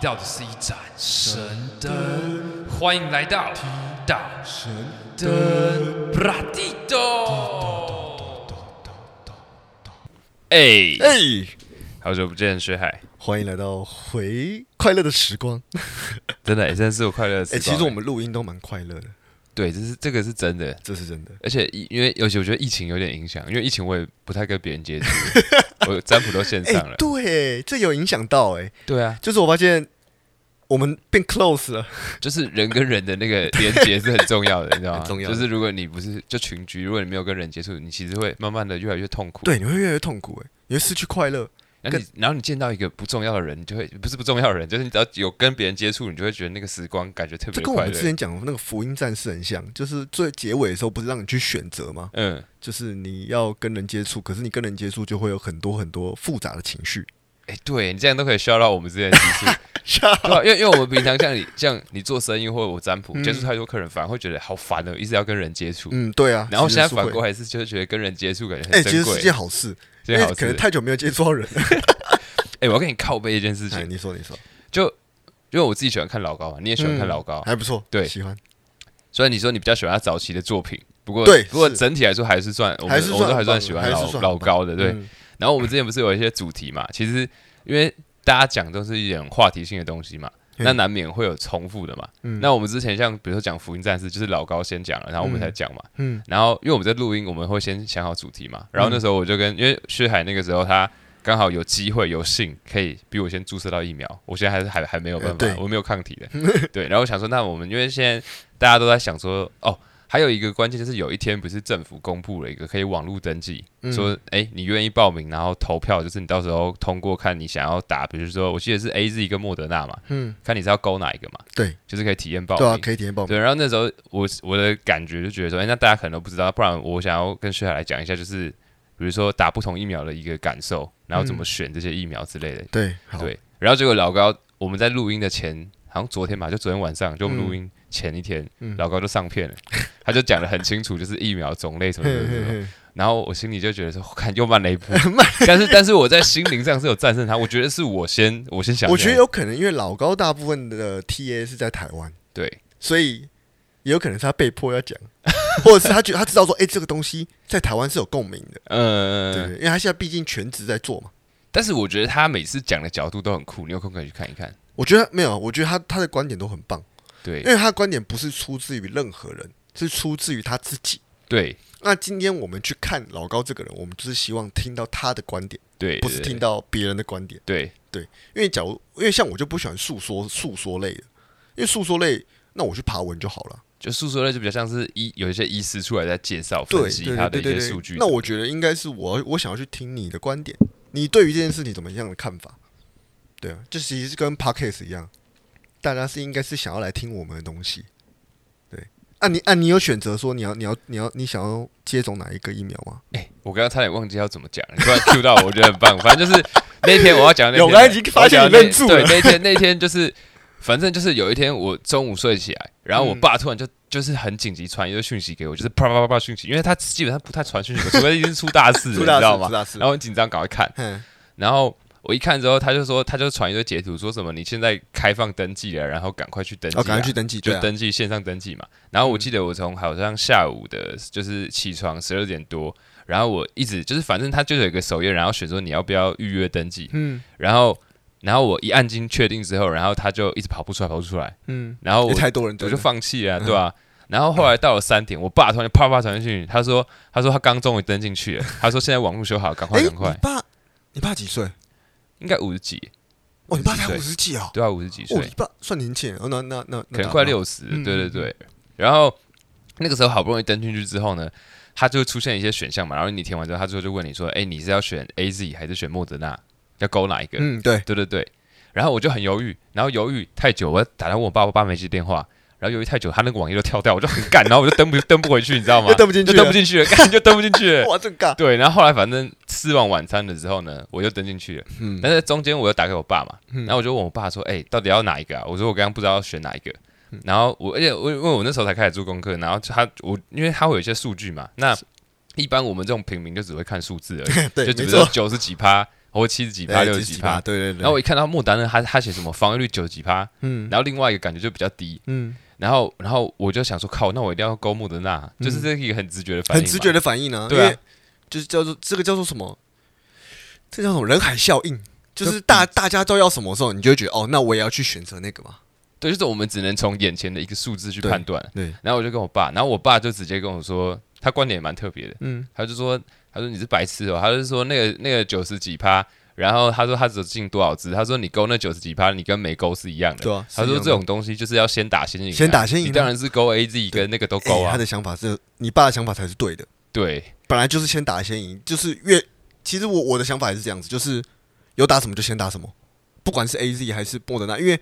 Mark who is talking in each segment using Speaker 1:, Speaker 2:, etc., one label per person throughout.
Speaker 1: 到的是一盏神灯，欢迎来到提到神灯布拉蒂多。哎，
Speaker 2: 哎，
Speaker 1: 好久不见，水海，
Speaker 2: 欢迎来到回快乐的时光。
Speaker 1: 真的、欸，真的是我快乐的时
Speaker 2: 哎、
Speaker 1: 光、
Speaker 2: 其实我们录音都蛮快乐的，
Speaker 1: 对，这是这个是真的，
Speaker 2: 这是真的。
Speaker 1: 而且因因为尤其我觉得疫情有点影响，因为疫情我也不太跟别人 接触，我占卜都线
Speaker 2: 哎、
Speaker 1: 上了。
Speaker 2: 对，这有影响到哎、
Speaker 1: 对啊，
Speaker 2: 就是我发现我们变 close 了，
Speaker 1: 就是人跟人的 那个连接是很重要的，你知道吗？
Speaker 2: 很重要
Speaker 1: 就
Speaker 2: 的
Speaker 1: 是如果你不是就群居，如果你没有跟人接触，你其实会慢慢的越来越痛苦。，
Speaker 2: 对，你会越来越痛苦哎、你会失去快乐。
Speaker 1: 然后你然后你见到一个不重要的人，你就会不是不重要的人，就是你只要有跟别人接触，你就会觉得那个时光感觉特
Speaker 2: 这
Speaker 1: 别
Speaker 2: 跟我
Speaker 1: 快
Speaker 2: 们之
Speaker 1: 乐。
Speaker 2: 前讲的那个福音战士很像，就是最结尾的时候不是让你去选择吗？
Speaker 1: 嗯，
Speaker 2: 就是你要跟人接触，可是你跟人接触就会有很多很多复杂的情绪。
Speaker 1: 哎，对你这样都可以笑到我们之前的集数， 对、啊，因为因为我们平常像你像你做生意或者我占卜，
Speaker 2: 嗯
Speaker 1: 接触太多客人，反而会觉得好烦哦，一直要跟人接触。
Speaker 2: 嗯，对啊。
Speaker 1: 然后
Speaker 2: 其
Speaker 1: 现
Speaker 2: 实
Speaker 1: 在
Speaker 2: 是
Speaker 1: 反
Speaker 2: 会
Speaker 1: 过，来是，就是觉得跟人接触感觉
Speaker 2: 哎、
Speaker 1: 很
Speaker 2: 其实
Speaker 1: 珍
Speaker 2: 是
Speaker 1: 贵，
Speaker 2: 件好事，
Speaker 1: 这件
Speaker 2: 因
Speaker 1: 好哎
Speaker 2: 为可能
Speaker 1: 事。
Speaker 2: 太久没有接触到人了。
Speaker 1: 哎，我要跟你靠背一件事
Speaker 2: 哎，
Speaker 1: 情，
Speaker 2: 你说，你说，
Speaker 1: 就因为我自己喜欢看老高嘛，啊你也喜欢看
Speaker 2: 嗯
Speaker 1: 老高，
Speaker 2: 还不错，
Speaker 1: 对
Speaker 2: 喜欢。
Speaker 1: 虽然你说你比较喜欢他早期的作品，不过
Speaker 2: 对
Speaker 1: 不过
Speaker 2: 是
Speaker 1: 整体来说还是算我们
Speaker 2: 还是
Speaker 1: 我们
Speaker 2: 算
Speaker 1: 都还
Speaker 2: 很棒的
Speaker 1: 算喜欢
Speaker 2: 还
Speaker 1: 老
Speaker 2: 是算
Speaker 1: 老
Speaker 2: 很棒
Speaker 1: 高的对。
Speaker 2: 嗯
Speaker 1: 然后我们之前不是有一些主题嘛，其实因为大家讲都是一点话题性的东西嘛。
Speaker 2: 嗯
Speaker 1: 那难免会有重复的嘛。
Speaker 2: 嗯
Speaker 1: 那我们之前像比如说讲福音战士，就是老高先讲了，然后我
Speaker 2: 嗯
Speaker 1: 们才讲嘛。
Speaker 2: 嗯
Speaker 1: 然后因为我们在录音，我们会先想好主题嘛。然后那时候我就跟，因为薛海那个时候他刚好有机会有幸可以比我先注射到疫苗，我现在还是还还没有办
Speaker 2: 呃
Speaker 1: 法，
Speaker 2: 对
Speaker 1: 我没有抗体的。对，然后我想说，那我们因为现在大家都在想说，哦，还有一个关键就是有一天不是政府公布了一个可以网络登记，
Speaker 2: 嗯
Speaker 1: 说哎你愿意报名，然后投票，就是你到时候通过看你想要打，比如说我记得是 A Z 跟莫德纳嘛，
Speaker 2: 嗯，
Speaker 1: 看你是要勾哪一个嘛，
Speaker 2: 对
Speaker 1: 就是可以体验报
Speaker 2: 对啊，
Speaker 1: 名。
Speaker 2: 可以体验报名。
Speaker 1: 对，然后那时候我我的感觉就觉得说，哎、那大家可能都不知道，不然我想要跟薛海来讲一下，就是比如说打不同疫苗的一个感受，然后怎么选这些疫苗之类的。
Speaker 2: 对，嗯好，
Speaker 1: 对，然后结果老高我们在录音的前，好像昨天吧，就昨天晚上，就我们
Speaker 2: 嗯
Speaker 1: 录音前一天，
Speaker 2: 嗯
Speaker 1: 老高就上 片了，他就讲的很清楚，就是疫苗种类什么什么
Speaker 2: 嘿
Speaker 1: 什么
Speaker 2: 嘿。嘿
Speaker 1: 然后我心里就觉得说， 我看又慢了 一步，但是但是我在心灵上是有战胜他，我觉得是我先我先想这样，
Speaker 2: 我觉得有可能，因为老高大部分的 TA 是在台湾，
Speaker 1: 对
Speaker 2: 所以也有可能是他被迫 要讲，或者是他觉得他知道说，哎，这个东西在台湾是有共鸣的，
Speaker 1: 嗯，
Speaker 2: 对，因为他现在毕竟全职在做嘛。
Speaker 1: 但是我觉得他每次讲的角度都很酷，你有空可以去看一看。
Speaker 2: 我觉得没有，我觉得他他的观点都很棒，
Speaker 1: 对
Speaker 2: 因为他的观点不是出自于任何人，是出自于他自己。
Speaker 1: 对
Speaker 2: 那今天我们去看老高这个人，我们就是希望听到他的观点，
Speaker 1: 对，
Speaker 2: 不是
Speaker 1: 对
Speaker 2: 听到别人的观点。
Speaker 1: 对
Speaker 2: 因为假如因为像我就不喜欢诉说诉说类的，因为诉说类，那我去爬文就好了。
Speaker 1: 就诉说类就比较像是医有一些医师出来在介绍
Speaker 2: 对
Speaker 1: 分析
Speaker 2: 对
Speaker 1: 他
Speaker 2: 对
Speaker 1: 的
Speaker 2: 对
Speaker 1: 一些
Speaker 2: 对
Speaker 1: 数
Speaker 2: 对
Speaker 1: 据。
Speaker 2: 那我觉得应该是我我想要去听你的观点，你对于这件事情怎么样的看法？对啊，就其实是跟 podcast 一样，大家是应该是想要来听我们的东西。对，啊你啊你有选择说你要你要你要你想要接种哪一个疫苗吗？
Speaker 1: 哎、我刚刚差点忘记要怎么讲，你突然 Q 到我，我觉得很棒。反正就是那天我要讲的 那
Speaker 2: 有
Speaker 1: 天，
Speaker 2: 我刚才已经发现
Speaker 1: 我要
Speaker 2: 你
Speaker 1: 讲的
Speaker 2: 愣住
Speaker 1: 那
Speaker 2: 了
Speaker 1: 对，那天那天就是，反正就是有一天我中午睡起来，然后我
Speaker 2: 嗯
Speaker 1: 爸突然就。就是很紧急传一个讯息给我，就是啪啪啪啪讯息，因为他基本上不太传讯息，除非已经出大 事了，
Speaker 2: 苏大
Speaker 1: 你知道
Speaker 2: 师，苏
Speaker 1: 吗？
Speaker 2: 大师
Speaker 1: 然，后很紧张，赶快看。
Speaker 2: 嗯，
Speaker 1: 然后我一看之后，他就说，他就传一堆截图，说什么你现在开放登记了，然后赶快去登记、
Speaker 2: 哦，
Speaker 1: 啊，
Speaker 2: 赶快去登记，对
Speaker 1: 就
Speaker 2: 啊，嗯
Speaker 1: 登记线上登记嘛。然后我记得我从好像下午的，就是起床十二点多，然后我一直就是反正他就有一个首页，然后选说你要不要预约登记，
Speaker 2: 嗯
Speaker 1: 然后然后我一按进确定之后，然后他就一直跑不出来，跑不出来，
Speaker 2: 嗯，
Speaker 1: 然后我
Speaker 2: 也太多人
Speaker 1: 我
Speaker 2: 登
Speaker 1: 就
Speaker 2: 了，嗯
Speaker 1: 放弃了啊、对吧、然后后来到了三点，我爸突然就啪啪传进去，他说：“他说他刚终于登进去了，他说现在网络修好，赶快
Speaker 2: 哎，
Speaker 1: 赶
Speaker 2: 你
Speaker 1: 快，
Speaker 2: 爸，你爸几岁？
Speaker 1: 应该五十几，
Speaker 2: 哦，你爸才
Speaker 1: 50岁
Speaker 2: 五十几啊！
Speaker 1: 对啊，五十几岁
Speaker 2: 哦，，你爸算年轻人，哦，那那那那
Speaker 1: 可能
Speaker 2: 打
Speaker 1: 快
Speaker 2: 吧
Speaker 1: 六十，对
Speaker 2: 嗯
Speaker 1: 对
Speaker 2: 嗯
Speaker 1: 对。然后那个时候好不容易登进去之后呢，它就会出现一些选项嘛，然后你填完之后，它最后就问你说，哎，你是要选 A Z 还是选莫德纳？要勾哪一个？
Speaker 2: 嗯，对，
Speaker 1: 对对对。然后我就很犹豫，然后犹豫太久，我打电话问我爸，我爸没接电话。然后犹豫太久，他那个网页就跳掉，我就很干，然后我就登不登不回去，你知 道吗？
Speaker 2: 又登不进去
Speaker 1: 就
Speaker 2: 了
Speaker 1: 登不进去了，干就登不进去了。
Speaker 2: 哇，这个尬，
Speaker 1: 对，然后后来反正吃完晚餐的时候呢，我就登进去了。
Speaker 2: 嗯
Speaker 1: 但是中间我又打给我爸嘛，然后我就问我爸说：“哎、到底要哪一个啊？”我说：“我刚刚不知道要选哪一个。”
Speaker 2: 嗯
Speaker 1: 然后我，而且我因为我那时候才开始做功课，然后他我因为他会有一些数据嘛，那一般我们这种平民就只会看数字而已，
Speaker 2: 对，
Speaker 1: 就只
Speaker 2: 没
Speaker 1: 知道
Speaker 2: 错，
Speaker 1: 九十几趴或七 十几趴、
Speaker 2: 哎
Speaker 1: 六
Speaker 2: 这是
Speaker 1: 十几
Speaker 2: 几
Speaker 1: 趴
Speaker 2: 趴，。对对对，
Speaker 1: 然后我一看到莫丹呢，他他写什么防御率九十几趴，
Speaker 2: 嗯
Speaker 1: 然后另外一个感觉就比较低，
Speaker 2: 嗯，
Speaker 1: 然后然后我就想说，靠，那我一定要勾莫德纳，就是这是一个很直觉的反
Speaker 2: 嗯
Speaker 1: 应，
Speaker 2: 很直觉，的反应呢、
Speaker 1: 对啊
Speaker 2: 因为就是叫做这个叫做什么？这叫什么人海效应？就是大大家都要什么时候，你就会觉得哦，那我也要去选择那个嘛。
Speaker 1: 对，就是我们只能从眼前的一个数字去
Speaker 2: 对
Speaker 1: 判断。
Speaker 2: 对，
Speaker 1: 然后我就跟我爸，然后我爸就直接跟我说，他观点也蛮特别的，
Speaker 2: 嗯，
Speaker 1: 他就说，他说你是白痴哦，他就说那个那个九十几趴，然后他说他只进多少支，他说你勾那九十几趴，你跟没勾是一样的。
Speaker 2: 对啊。
Speaker 1: 他
Speaker 2: 是一
Speaker 1: 说
Speaker 2: 样
Speaker 1: 这
Speaker 2: 的
Speaker 1: 种东西就是要先打先赢啊，
Speaker 2: 先打先赢啊
Speaker 1: 你当然是勾 A Z 跟那个都
Speaker 2: 哎
Speaker 1: 勾啊
Speaker 2: 他，的想法是你爸的想法才是对的，
Speaker 1: 对
Speaker 2: 本来就是先打先赢，就是越其实我我的想法也是这样子，就是有打什么就先打什么，不管是 A Z 还是莫德纳，因为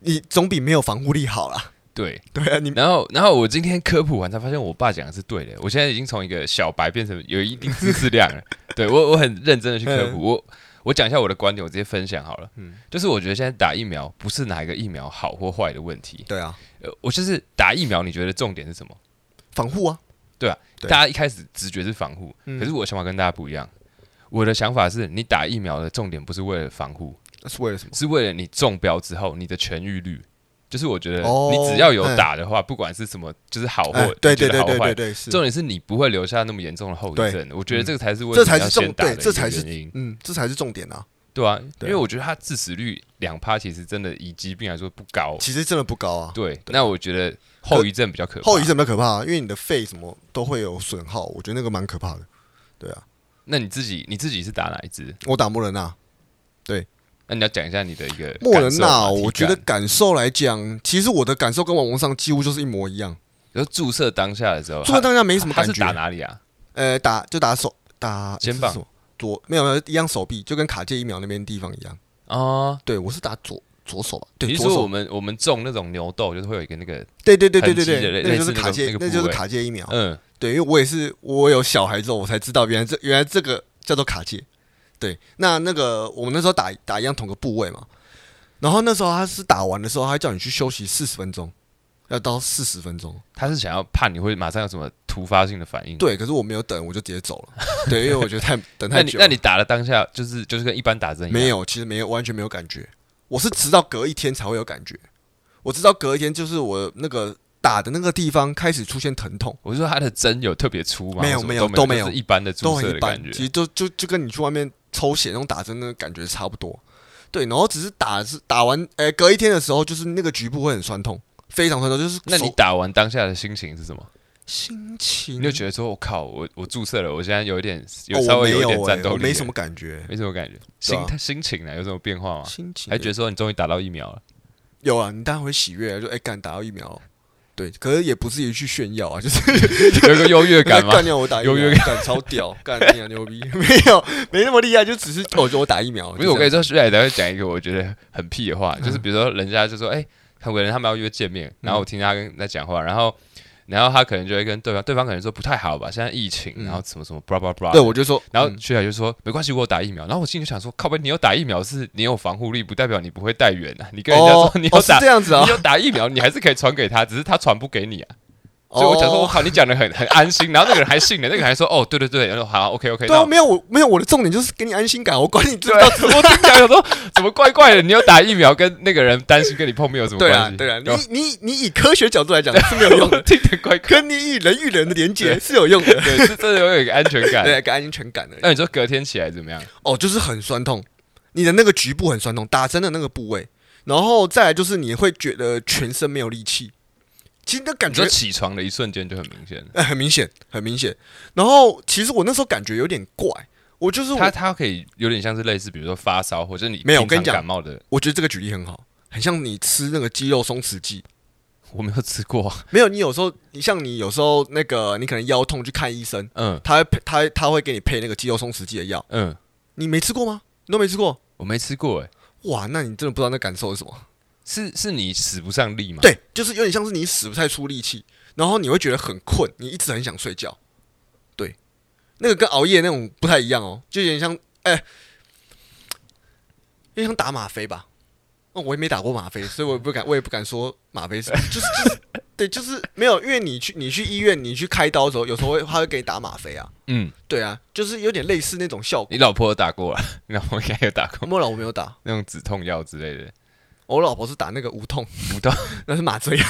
Speaker 2: 你总比没有防护力好啦。
Speaker 1: 对。
Speaker 2: 对啊，你
Speaker 1: 然后，然后我今天科普完才发现，我爸讲的是对的。我现在已经从一个小白变成有一定知 识量了。对我，我很认真的去科普。我，我讲一下我的观点，我直接分享好了。
Speaker 2: 嗯
Speaker 1: 就是我觉得现在打疫苗不是哪一个疫苗好或坏的问题。
Speaker 2: 对啊，
Speaker 1: 呃，我就是打疫苗，你觉得重点是什么？
Speaker 2: 防护啊，
Speaker 1: 对啊，
Speaker 2: 对
Speaker 1: 大家一开始直觉是防护，
Speaker 2: 嗯
Speaker 1: 可是我的想法跟大家不一样。我的想法是你打疫苗的重点不是为了防护，
Speaker 2: 那是为了什么？
Speaker 1: 是为了你中标之后你的痊愈率。就是我觉得
Speaker 2: 哦
Speaker 1: 你只要有
Speaker 2: 嗯
Speaker 1: 打的话，不管是什么，就是好或
Speaker 2: 哎，对
Speaker 1: 你
Speaker 2: 对
Speaker 1: 觉得
Speaker 2: 对
Speaker 1: 好
Speaker 2: 对
Speaker 1: 坏
Speaker 2: 对对，是，
Speaker 1: 重点是你不会留下那么严重的后遗症，我觉得这个才是为
Speaker 2: 这
Speaker 1: 什
Speaker 2: 才
Speaker 1: 么要
Speaker 2: 是
Speaker 1: 先
Speaker 2: 重
Speaker 1: 打的
Speaker 2: 对，
Speaker 1: 一
Speaker 2: 这
Speaker 1: 个
Speaker 2: 才是
Speaker 1: 原因，
Speaker 2: 嗯，这才是重点啊。
Speaker 1: 对啊，因
Speaker 2: 对啊
Speaker 1: 为我觉得它致死率两趴其实真的以疾病来说不高，
Speaker 2: 其实真的不高啊，
Speaker 1: 哦对，那我觉得后遗症比较可怕，
Speaker 2: 后遗症比较可怕、啊，因为你的肺什么都会有损耗，我觉得那个蛮可怕的。对啊，
Speaker 1: 那你自己你自己是打哪一支？
Speaker 2: 我打莫人纳，
Speaker 1: 那你要讲一下你的一个感受
Speaker 2: 莫人纳，
Speaker 1: 嘛
Speaker 2: 我觉，
Speaker 1: 体
Speaker 2: 得
Speaker 1: 感
Speaker 2: 感受来讲，其实我的感受跟网络上几乎就是一模一样。
Speaker 1: 就是注射当下的时候，
Speaker 2: 这个当然没
Speaker 1: 没
Speaker 2: 什么
Speaker 1: 他
Speaker 2: 感
Speaker 1: 是打
Speaker 2: 觉，
Speaker 1: 哪里啊？
Speaker 2: 呃，打就打手打哎
Speaker 1: 肩膀
Speaker 2: 诶这是什么左没有没有一样手臂，就跟卡介疫苗那边地方一样。
Speaker 1: 哦，
Speaker 2: 对我是打左左手吧，
Speaker 1: 你
Speaker 2: 对
Speaker 1: 是
Speaker 2: 左
Speaker 1: 说我
Speaker 2: 手，
Speaker 1: 们我们种那种牛痘，就是会有一个那个，
Speaker 2: 对对对对对
Speaker 1: 很急的
Speaker 2: 对，
Speaker 1: 类
Speaker 2: 个就
Speaker 1: 似
Speaker 2: 是
Speaker 1: 那个
Speaker 2: 卡介
Speaker 1: 那，个
Speaker 2: 那就是
Speaker 1: 部位
Speaker 2: 卡介疫苗。
Speaker 1: 嗯，
Speaker 2: 对，因为我也是，我有小孩之后，我才知道原来这原来这个叫做卡介。对，那那个我们那时候打打一样同个部位嘛，然后那时候他是打完的时候，他还叫你去休息四十分钟，要到四十分钟。
Speaker 1: 他是想要怕你会马上有什么突发性的反应。，
Speaker 2: 对，可是我没有等，我就直接走了。对，因为我觉得太等
Speaker 1: 那
Speaker 2: 太
Speaker 1: 你
Speaker 2: 久了
Speaker 1: 那你打了当下就是就是跟一般打针一样，
Speaker 2: 没有，其实没有，完全没有感觉。我是直到隔一天才会有感觉，我直到隔一天就是我那个打的那个地方开始出现疼痛。
Speaker 1: 我是说它的针有特别粗吗？
Speaker 2: 没有
Speaker 1: 还是
Speaker 2: 没
Speaker 1: 什
Speaker 2: 有
Speaker 1: 么
Speaker 2: 都
Speaker 1: 都
Speaker 2: 没有
Speaker 1: 有，就是一般的
Speaker 2: 都
Speaker 1: 注射
Speaker 2: 很
Speaker 1: 的
Speaker 2: 一
Speaker 1: 感
Speaker 2: 般，其
Speaker 1: 觉。
Speaker 2: 实就就就跟你去外面抽血那种打针的感觉差不多。对，然后只是打是打完，呃，隔一天的时候，就是那个局部会很酸痛，非常酸痛，就是
Speaker 1: 那你
Speaker 2: 手嗯
Speaker 1: 打完当下的心情是什么？
Speaker 2: 心情
Speaker 1: 你就觉得说，我靠，我我注射了，我现在有一点
Speaker 2: 哦
Speaker 1: 有稍
Speaker 2: 我
Speaker 1: 微
Speaker 2: 没
Speaker 1: 有一
Speaker 2: 有
Speaker 1: 点
Speaker 2: 欸
Speaker 1: 战斗
Speaker 2: 我
Speaker 1: 力，
Speaker 2: 没什么，感觉，
Speaker 1: 没什么感觉。
Speaker 2: 对啊
Speaker 1: 心态心情呢有什么变化吗？
Speaker 2: 心情
Speaker 1: 还觉得说你终于打到 疫苗了，
Speaker 2: 有啊，你当然会喜悦啊，就哎干打到疫苗了，对，可是也不至于去炫耀啊，就是
Speaker 1: 有一个优 越感吗？
Speaker 2: 干掉我打疫
Speaker 1: 优
Speaker 2: 苗
Speaker 1: 越，
Speaker 2: 干超 屌，干你啊牛逼， 没有没那么厉害，就只是哦我觉得我打疫苗了，
Speaker 1: 不是，我
Speaker 2: 就这样
Speaker 1: 跟你
Speaker 2: 嗯
Speaker 1: 说，徐海德会讲一个我觉得很屁的话，就是比如说人家就说，哎、韩国人他们要约见面，然
Speaker 2: 嗯
Speaker 1: 后我听他跟他讲话，然后然后他可能就会跟对方，对方可能说不太好吧，现在疫情，
Speaker 2: 嗯
Speaker 1: 然后什么什么，blah blah blah，
Speaker 2: 对，我就说，
Speaker 1: 然后
Speaker 2: 嗯
Speaker 1: 学长就说：“没关系，我有打疫苗。”然后我心里就想说：“靠背，你有打疫苗是你有防护力，不代表你不会带源啊。你跟人家说
Speaker 2: 哦
Speaker 1: 你
Speaker 2: 哦
Speaker 1: 有
Speaker 2: 是
Speaker 1: 打，
Speaker 2: 这样子啊
Speaker 1: 你，有打疫苗，你还是可以传给他，只是他传不给你啊。”所以我想说：“
Speaker 2: 哦
Speaker 1: 我靠，你讲的很很安心。”然后那个人还信了，那个人还说：“哦，对对对，然后好，OK OK。”
Speaker 2: 对啊，没有我没有我的重点就是给你安心感，我管你知不知道
Speaker 1: 对，我听起来有说怎么怪怪的？你有打疫苗，跟那个人担心跟你碰面有什 么
Speaker 2: 对
Speaker 1: 关
Speaker 2: 啊
Speaker 1: 系？，
Speaker 2: 对啊，
Speaker 1: 吧
Speaker 2: 你你你以科学角度来讲是没有用的，
Speaker 1: 听得怪 怪，
Speaker 2: 跟你以人与人的连接是有用 的，
Speaker 1: 对，是真的有一个安全感。
Speaker 2: 对，给安全感的。
Speaker 1: 那你说隔天起来怎么样？
Speaker 2: 哦，就是很酸痛，你的那个局部很酸痛，打针的那个部位，然后再来就是你会觉得全身没有力气，其实那感
Speaker 1: 你
Speaker 2: 觉
Speaker 1: 说起床的一瞬间就很明显了。
Speaker 2: 哎、很明显，很明显。然后其实我那时候感觉有点怪，我就是
Speaker 1: 他
Speaker 2: 我，
Speaker 1: 他可以有点像是类似，比如说发烧，或者你
Speaker 2: 没有
Speaker 1: 平
Speaker 2: 我跟
Speaker 1: 常
Speaker 2: 你讲
Speaker 1: 感冒的，
Speaker 2: 我觉得这个举例很好，很像你吃那个肌肉松弛剂，
Speaker 1: 我没有吃过。
Speaker 2: 没有你有时候你像你有时候那个你可能腰痛去看医生。
Speaker 1: 嗯
Speaker 2: 他会配他他会给你配那个肌肉松弛剂的药，
Speaker 1: 嗯，
Speaker 2: 你没吃过吗？你都没吃过？
Speaker 1: 我没吃过，哎，
Speaker 2: 哇，那你真的不知道那感受是什么？
Speaker 1: 是是你使不上力吗？，
Speaker 2: 对，就是有点像是你使不太出力气，然后你会觉得很困，你一直很想睡觉。对，那个跟熬夜那种不太一样哦，就有点像哎，有点像打吗啡吧。哦，我也没打过吗啡，所以我也不敢，我也不敢说吗啡是，就是就是，对，就是没有，因为你去你去医院，你去开刀的时候，有时候会他会给你打吗啡啊，
Speaker 1: 嗯，
Speaker 2: 对啊，就是有点类似那种效果。
Speaker 1: 你老婆有打过了，啊 你老婆应该有打过
Speaker 2: 我老婆没有打，
Speaker 1: 那种止痛药之类的，
Speaker 2: 我老婆是打那个无痛，
Speaker 1: 无痛，
Speaker 2: 那是麻醉药，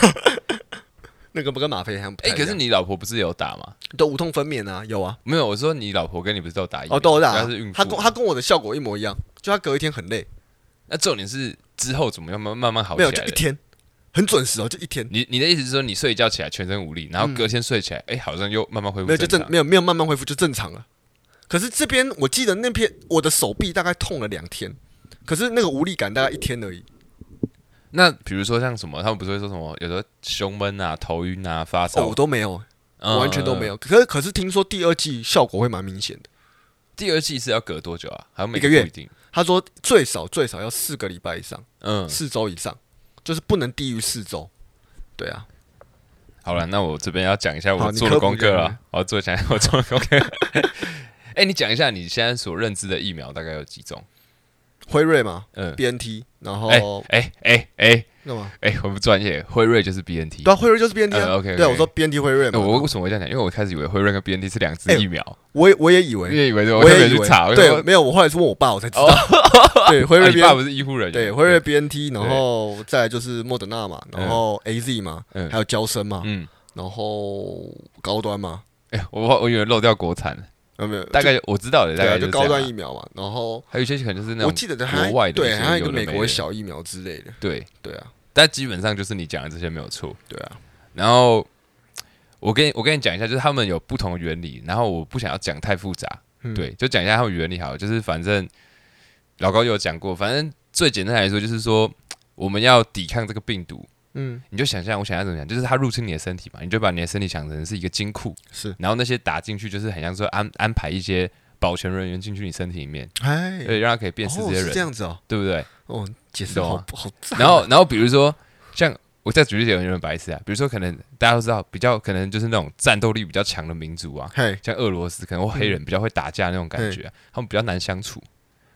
Speaker 2: 那个不跟吗啡一样。
Speaker 1: 哎、可是
Speaker 2: 你
Speaker 1: 你老婆不是有打吗？
Speaker 2: 的无痛分娩啊，有啊，
Speaker 1: 没有，我说你老婆跟你不是都有打疫苗？
Speaker 2: 哦，都有打、
Speaker 1: 她
Speaker 2: 啊
Speaker 1: 是孕，妇
Speaker 2: 他跟他跟我的效果一模一样，就他隔一天很累，
Speaker 1: 那重点是之后怎么样慢慢慢好起
Speaker 2: 没
Speaker 1: 来
Speaker 2: 有
Speaker 1: 的
Speaker 2: 就一天，很准时哦，就一天，
Speaker 1: 你你的意思是说，你睡一觉起来全身无力，然后隔天睡起来，哎、好像又慢慢恢复
Speaker 2: 嗯没有就
Speaker 1: 正
Speaker 2: 正
Speaker 1: 常。
Speaker 2: 没有没有慢慢恢复就正常了。可是这边我记得那片我的手臂大概痛了两天，可是那个无力感大概一天而已。
Speaker 1: 那比如说像什么，他们不是会说什么，有的胸闷啊、头晕啊、发烧，
Speaker 2: 哦，我都没有，
Speaker 1: 嗯
Speaker 2: 我完全都没。有。可是可是听说第二季效果会蛮明显的，
Speaker 1: 第二季是要隔多久啊？好像每
Speaker 2: 一个月
Speaker 1: 不一定。
Speaker 2: 他说最少最少要四个礼拜以上，
Speaker 1: 嗯，
Speaker 2: 四周以上，就是不能低于四周。对啊，
Speaker 1: 嗯好了，那我这边要讲一下
Speaker 2: 好
Speaker 1: 我
Speaker 2: 你
Speaker 1: 做的
Speaker 2: 科普
Speaker 1: 功
Speaker 2: 一下
Speaker 1: 课
Speaker 2: 你
Speaker 1: 了，我要做一下我做的功课。 哎、你讲一下你现在所认知的疫苗大概有几种？
Speaker 2: 辉瑞嘛
Speaker 1: 嗯，
Speaker 2: ，BNT，然
Speaker 1: 哎
Speaker 2: 后
Speaker 1: 哎哎哎
Speaker 2: 干嘛？
Speaker 1: 哎，我不专业，辉瑞就是 BNT。
Speaker 2: 对啊，辉瑞就是 BNT 啊。
Speaker 1: 嗯，OK，OK
Speaker 2: 对啊，我说 BNT 辉瑞
Speaker 1: 那
Speaker 2: 嘛。
Speaker 1: 我为什么会这样讲？因为我开始以为辉瑞跟 BNT 是两支
Speaker 2: 哎
Speaker 1: 疫苗，
Speaker 2: 我也我也以
Speaker 1: 我
Speaker 2: 为，
Speaker 1: 也以为我
Speaker 2: 我
Speaker 1: 特
Speaker 2: 也
Speaker 1: 别
Speaker 2: 以
Speaker 1: 去
Speaker 2: 为
Speaker 1: 查，我就
Speaker 2: 对，
Speaker 1: 说
Speaker 2: 没有，我后来是问我爸我才知道。对，辉
Speaker 1: 啊
Speaker 2: 瑞
Speaker 1: 你爸
Speaker 2: BNT，
Speaker 1: 不是医护人员，
Speaker 2: 对，辉瑞 BNT，然后再来就是莫德纳嘛，然后 AZ 嘛，
Speaker 1: 嗯
Speaker 2: 还有娇生嘛，
Speaker 1: 嗯，
Speaker 2: 然后高端嘛，
Speaker 1: 哎、我忘我以为漏掉国产了，
Speaker 2: 有没有？
Speaker 1: 大概我知道的，
Speaker 2: 就
Speaker 1: 大
Speaker 2: 对啊，
Speaker 1: 概
Speaker 2: 就是高
Speaker 1: 这样
Speaker 2: 端
Speaker 1: 啊
Speaker 2: 疫苗嘛，然后
Speaker 1: 还有一些可能就是那
Speaker 2: 我
Speaker 1: 种
Speaker 2: 记得还
Speaker 1: 国外的一
Speaker 2: 对，
Speaker 1: 些
Speaker 2: 还有一个
Speaker 1: 有的
Speaker 2: 美
Speaker 1: 没
Speaker 2: 国
Speaker 1: 的
Speaker 2: 小疫苗之类的，
Speaker 1: 对，
Speaker 2: 对啊，
Speaker 1: 但基本上就是你讲的这些没有错。
Speaker 2: 对啊，
Speaker 1: 然后我跟你我跟你讲一下，就是他们有不同的原理，然后我不想要讲太复杂，
Speaker 2: 嗯
Speaker 1: 对，就讲一下他们原理好了，就是反正老高有讲过，反正最简单来说就是说我们要抵抗这个病毒，
Speaker 2: 嗯，
Speaker 1: 你就想象我想象怎么讲，就是它入侵你的身体嘛，你就把你的身体想成是一个金库，
Speaker 2: 是，
Speaker 1: 然后那些打进去就是很像说安安排一些保全人员进去你身体里面，
Speaker 2: 哎，
Speaker 1: 对，让他可以辨识
Speaker 2: 哦
Speaker 1: 这些
Speaker 2: 是这
Speaker 1: 人，
Speaker 2: 样子哦，
Speaker 1: 对不对？
Speaker 2: 哦，解释
Speaker 1: 懂
Speaker 2: 好
Speaker 1: 啊
Speaker 2: 好赞啊，
Speaker 1: 然后然后比如说像我再举例有点白痴啊，比如说可能大家都知道，比较可能就是那种战斗力比较强的民族啊，
Speaker 2: 嘿，
Speaker 1: 像俄罗斯可能或黑人比较会打架那种感觉啊、他们比较难相处。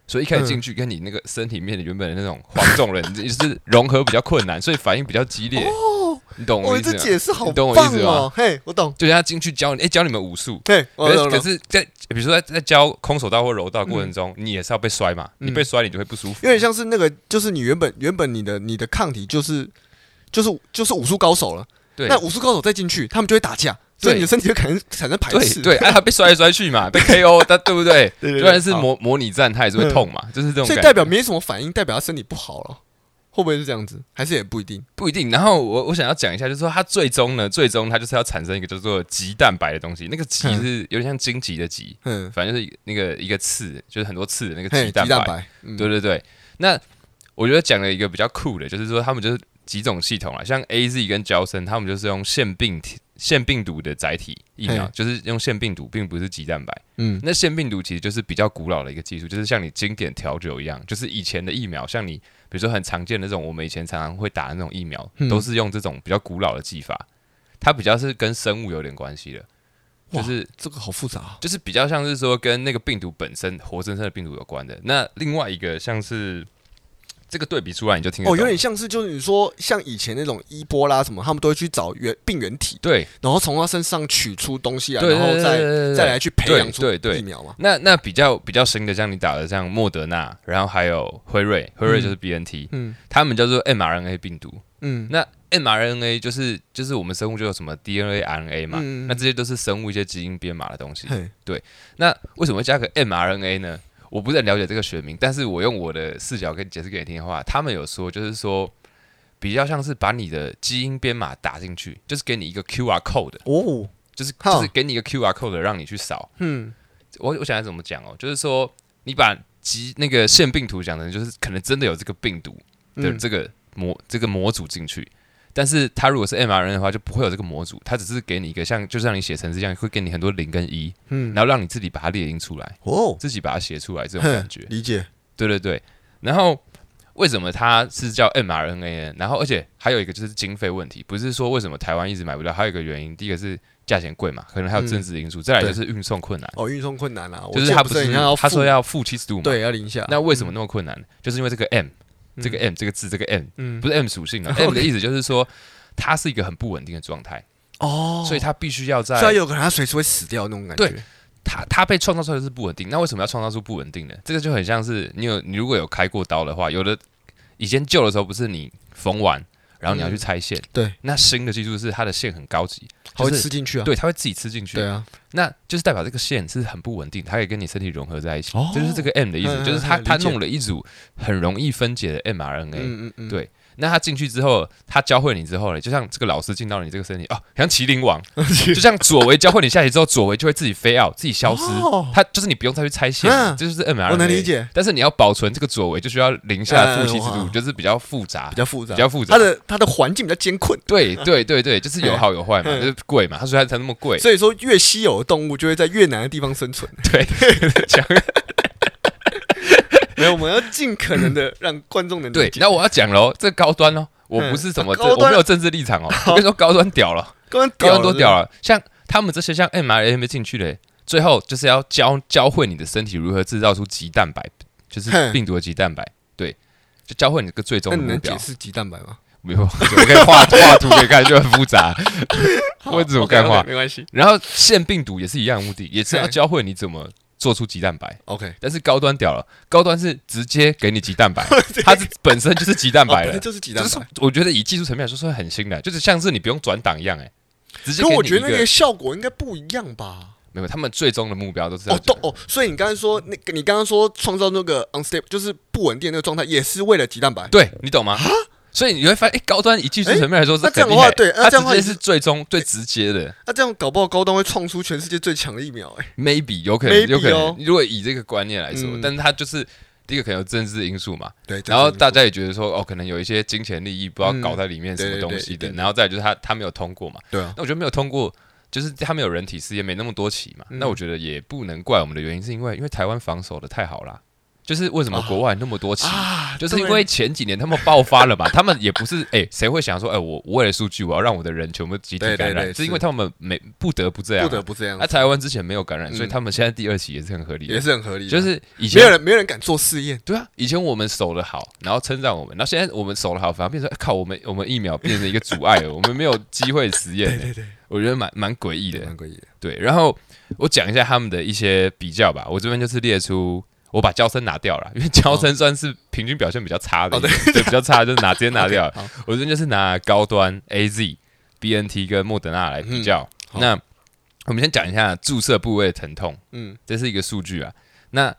Speaker 1: 所以一开始进去跟你那个身体里面的原本的那种黄种人，就是融合比较困难，所以反应比较激烈。
Speaker 2: 嗯哦，
Speaker 1: 你懂我
Speaker 2: 我
Speaker 1: 意思
Speaker 2: 这
Speaker 1: 吗？
Speaker 2: 解释好
Speaker 1: 你懂我意
Speaker 2: 棒
Speaker 1: 思吗
Speaker 2: 哦，嘿，我懂，
Speaker 1: 就像他进去教你，哎、教你们武术，
Speaker 2: 对，我
Speaker 1: 可
Speaker 2: 懂
Speaker 1: 是
Speaker 2: 了
Speaker 1: 可。是在比如说在在教空手道或柔道过程中，你也是要被摔嘛，
Speaker 2: 嗯
Speaker 1: 你被摔你就会不舒服
Speaker 2: 有。点像是那个，就是你原本原本你的你的抗体就是就是就是武术高手了，
Speaker 1: 对
Speaker 2: 那武术高手再进去，他们就会打架，所以
Speaker 1: 对
Speaker 2: 你的身体就可能产生排斥。
Speaker 1: 对对，哎，他被摔来摔去嘛， 被 KO，他对不对？
Speaker 2: 对对
Speaker 1: 虽然是
Speaker 2: 好嗯
Speaker 1: 模模拟战，他也是会痛嘛，就是这种
Speaker 2: 所以
Speaker 1: 感觉。
Speaker 2: 代表没什么反应，代表他身体不好了，会不会是这样子？还是也不一定。
Speaker 1: 不一定。然后我我想要讲一下，就是说它最终呢，最终它就是要产生一个叫做极蛋白的东西，那个极
Speaker 2: 嗯
Speaker 1: 是有点像荆棘的棘，
Speaker 2: 嗯，
Speaker 1: 反正就是那个一个刺，就是很多刺的那个
Speaker 2: 嘿，
Speaker 1: 极
Speaker 2: 鸡蛋
Speaker 1: 白。
Speaker 2: 白，嗯，
Speaker 1: 对对对，那我觉得讲了一个比较酷的，就是说他们就是几种系统啊，像 A Z 跟胶生，他们就是用腺病体腺病毒的载体疫苗，
Speaker 2: 嘿
Speaker 1: 就是用腺病毒，并不是肌蛋白。
Speaker 2: 嗯
Speaker 1: 那腺病毒其实就是比较古老的一个技术，就是像你经典调酒一样，就是以前的疫苗，像你比如说很常见的那种，我们以前常常会打的那种疫苗，
Speaker 2: 嗯
Speaker 1: 都是用这种比较古老的技法，它比较是跟生物有点关系的，
Speaker 2: 哇
Speaker 1: 就是
Speaker 2: 这个好复杂啊。
Speaker 1: 就是比较像是说跟那个病毒本身活生生的病毒有关的。那另外一个像是这个对比出来，你就听得
Speaker 2: 哦，
Speaker 1: 懂
Speaker 2: 有点像是就是你说像以前那种伊波拉什么，他们都会去找原病原体，
Speaker 1: 对
Speaker 2: 然后从他身上取出东西来，
Speaker 1: 对，
Speaker 2: 然后
Speaker 1: 对
Speaker 2: 再再。
Speaker 1: 对对对对
Speaker 2: 来去培养出
Speaker 1: 对对对
Speaker 2: 疫苗嘛。
Speaker 1: 那那比较比较新的，像你打的像莫德纳，然后还有辉瑞，辉瑞就是 BNT，、
Speaker 2: 嗯
Speaker 1: 他们叫做 mRNA 病毒。
Speaker 2: 嗯，
Speaker 1: 那 mRNA 就是就是我们生物就有什么 DNA、RNA 嘛，
Speaker 2: 嗯嗯嗯
Speaker 1: 那这些都是生物一些基因编码的东西。
Speaker 2: 嘿，
Speaker 1: 那为什么会加个 mRNA 呢？我不是很了解这个学名，但是我用我的视角跟解释给你听的话，他们有说就是说比较像是把你的基因编码打进去，就是给你一个 QR code，
Speaker 2: 哦，
Speaker 1: 就是
Speaker 2: 好
Speaker 1: 就是给你一个 QR code 让你去扫。
Speaker 2: 嗯
Speaker 1: 我我想要怎么讲哦，就是说你把基那个腺病毒讲成就是可能真的有这个病毒的
Speaker 2: 嗯
Speaker 1: 这个模、这个模组进去。但是它如果是 mRNA 的话，就不会有这个模组，它只是给你一个像，就像你写程式一样，会给你很多零跟一，
Speaker 2: 嗯，
Speaker 1: 然后让你自己把它列印出来。
Speaker 2: 哦，
Speaker 1: 自己把它写出来这种感觉
Speaker 2: 哼。理解。
Speaker 1: 对对对，然后为什么它是叫 mRNA 呢？然后而且还有一个就是经费问题，不是说为什么台湾一直买不到，还有一个原因，第一个是价钱贵嘛，可能还有政治因素，
Speaker 2: 嗯
Speaker 1: 再来就是运送困难，
Speaker 2: 哦，运送困难啦、啊，
Speaker 1: 就是
Speaker 2: 他
Speaker 1: 它
Speaker 2: 不
Speaker 1: 不是
Speaker 2: 很像要
Speaker 1: 他
Speaker 2: 付
Speaker 1: 说要负七十度嘛，
Speaker 2: 对要零下，啊
Speaker 1: 那为什么那么困难？就是因为这个 M 这个 M 这个字这个 M
Speaker 2: 嗯
Speaker 1: 不是 M 属 性啊
Speaker 2: OK
Speaker 1: ，M 的意思就是说它是一个很不稳定的状态，
Speaker 2: 哦，
Speaker 1: 所以它必须要在
Speaker 2: 虽然有可能他随时会死掉那种感觉，
Speaker 1: 对它它被创造出来的是不稳定，那为什么要创造出不稳定呢？这个就很像是你有你如果有开过刀的话，有的以前旧的时候不是你缝完，然后你要去
Speaker 2: 嗯
Speaker 1: 拆线，
Speaker 2: 对，
Speaker 1: 那新的技术是它的线很高级，
Speaker 2: 他会
Speaker 1: 就是
Speaker 2: 吃进去啊，
Speaker 1: 对，它会自己吃进去，
Speaker 2: 对啊，
Speaker 1: 那就是代表这个线是很不稳定，它可以跟你身体融合在一起，
Speaker 2: 哦
Speaker 1: 这就是这个 M 的意
Speaker 2: 嗯嗯
Speaker 1: 思，
Speaker 2: 嗯
Speaker 1: 就是它
Speaker 2: 理
Speaker 1: 它
Speaker 2: 解
Speaker 1: 弄了一组很容易分解的 mRNA，、
Speaker 2: 嗯嗯嗯，
Speaker 1: 对那他进去之后，他教会你之后呢，就像这个老师进到你这个身体哦，像麒麟王， 就像左维教会你下去之后，左维就会自己飞 out，自己消失。
Speaker 2: 哦
Speaker 1: 他就是你不用再去拆线，
Speaker 2: 嗯
Speaker 1: 这就是 mRNA。
Speaker 2: 我能理。解，
Speaker 1: 但是你要保存这个左维，就需要零下
Speaker 2: 嗯
Speaker 1: 负七
Speaker 2: 嗯
Speaker 1: 十度，
Speaker 2: 哇
Speaker 1: 就是比较复杂
Speaker 2: 比，较复杂，
Speaker 1: 比较复
Speaker 2: 他。
Speaker 1: 杂
Speaker 2: 的他的环境比较艰困，
Speaker 1: 对对对对，就是有好有坏嘛，
Speaker 2: 嗯
Speaker 1: 就是贵嘛，他所以它才那么贵。
Speaker 2: 所以说越稀有的动物就会在越难的地方生存。
Speaker 1: 对，讲
Speaker 2: 没有，我们要尽可能的让观众能理
Speaker 1: 对
Speaker 2: 解。，
Speaker 1: 那我要讲喽，这高端哦，我
Speaker 2: 嗯
Speaker 1: 不是什么
Speaker 2: 啊
Speaker 1: 这，
Speaker 2: 高
Speaker 1: 我
Speaker 2: 端
Speaker 1: 没有政治 立场哦，我跟你说高端屌了。
Speaker 2: 高端
Speaker 1: 高
Speaker 2: 屌
Speaker 1: 端
Speaker 2: 了
Speaker 1: 多屌，了！像他们这些像 mRNA 进去的，最后就是要教教会你的身体如何制造出极蛋白，就是
Speaker 2: 哼
Speaker 1: 病毒的极蛋白。对，就教会你这个最
Speaker 2: 是
Speaker 1: 终
Speaker 2: 不是那
Speaker 1: 的
Speaker 2: 你能
Speaker 1: 目
Speaker 2: 解
Speaker 1: 标。
Speaker 2: 释鸡蛋白吗？
Speaker 1: 没有，我可以画画图给你看，就很复杂。我只有干话
Speaker 2: OK，OK，没关系。
Speaker 1: 然后腺病毒也是一样 的目的，也是要
Speaker 2: 哼
Speaker 1: 教会你怎么做出鸡蛋白。
Speaker 2: OK，
Speaker 1: 但是高端屌了，高端是直接给你鸡 蛋白，它是本身就是鸡蛋白
Speaker 2: 哦
Speaker 1: 了。
Speaker 2: 就是鸡蛋
Speaker 1: 就是
Speaker 2: 白。
Speaker 1: 我觉得以技术层面来说是很新的，就是像是你不用转档一样，哎，直接
Speaker 2: 可
Speaker 1: 给
Speaker 2: 我
Speaker 1: 你
Speaker 2: 觉得
Speaker 1: 一
Speaker 2: 那个效果应该不一样吧？
Speaker 1: 没有，他们最终的目标啊都是要
Speaker 2: 哦，动哦，所以你刚刚说那个，你刚刚说创造那个 unstable 就是不稳定的那个状态，也是为了鸡蛋白。
Speaker 1: 对你懂吗？所以你会发现，哎、高端以技术层面来说是
Speaker 2: 啊那这
Speaker 1: 很
Speaker 2: 样的
Speaker 1: 厉
Speaker 2: 话
Speaker 1: 害，
Speaker 2: 对那
Speaker 1: 它
Speaker 2: 这样的话
Speaker 1: 直接
Speaker 2: 你
Speaker 1: 是最终最直接的
Speaker 2: 那这样搞不好高端会创出全世界最强的疫苗哎。
Speaker 1: ，maybe 有可能
Speaker 2: Maybe
Speaker 1: 有可
Speaker 2: 哦
Speaker 1: 能。如果以这个观念来说，
Speaker 2: 嗯
Speaker 1: 但是它就是第一个可能有政治因素嘛，
Speaker 2: 对，
Speaker 1: 然后大家也觉得说，哦，可能有一些金钱利益不知道搞在里面
Speaker 2: 嗯
Speaker 1: 什么
Speaker 2: 对对
Speaker 1: 东
Speaker 2: 对
Speaker 1: 西
Speaker 2: 一
Speaker 1: 的，
Speaker 2: 定的
Speaker 1: 然后再来就是它它没有通过嘛，
Speaker 2: 对啊，
Speaker 1: 那我觉得没有通过。就是它没有人体试验，没那么多起嘛。
Speaker 2: 嗯
Speaker 1: 那我觉得也不能怪我们的原因，是因为因为台湾防守的太好啦。就是为什么
Speaker 2: 啊
Speaker 1: 国外那么多起
Speaker 2: 啊，
Speaker 1: 就是因为前几年他们爆发了嘛， 他们也不是哎，谁、会想说哎、我我为了数据，我要让我的人全部集体
Speaker 2: 对对
Speaker 1: 感染？
Speaker 2: 对
Speaker 1: 是因
Speaker 2: 是
Speaker 1: 为他们没不得不这
Speaker 2: 对
Speaker 1: 样、
Speaker 2: 不
Speaker 1: 啊。
Speaker 2: 得不这样
Speaker 1: 那、，台湾之前没有感染，
Speaker 2: 嗯
Speaker 1: 所以他们现在第二期也是很合理的，
Speaker 2: 也是很合理的。
Speaker 1: 就是以
Speaker 2: 没有
Speaker 1: 前
Speaker 2: 人没有人敢做试验。
Speaker 1: 对啊，以前我们守的好，然后称赞我们，然后现在我们守的好，反而变成说哎靠，我们我们疫苗变成一个阻碍了，我们没有机会实验了。
Speaker 2: 对，
Speaker 1: 我觉得蛮蛮诡异的。
Speaker 2: 蛮诡异的。
Speaker 1: 对，然后我讲一下他们的一些比较吧。我这边就是列出，我把娇生拿掉了，因为娇生算是平均表现比较差的一
Speaker 2: 哦
Speaker 1: 个，
Speaker 2: 对
Speaker 1: 对，比较差就是拿直接拿掉 了
Speaker 2: OK，好
Speaker 1: 我这边就是拿高端 A Z、B N T 跟莫德纳来比较。
Speaker 2: 嗯好
Speaker 1: 那我们先讲一下注射部位的疼痛，
Speaker 2: 嗯，
Speaker 1: 这是一个数据啊。那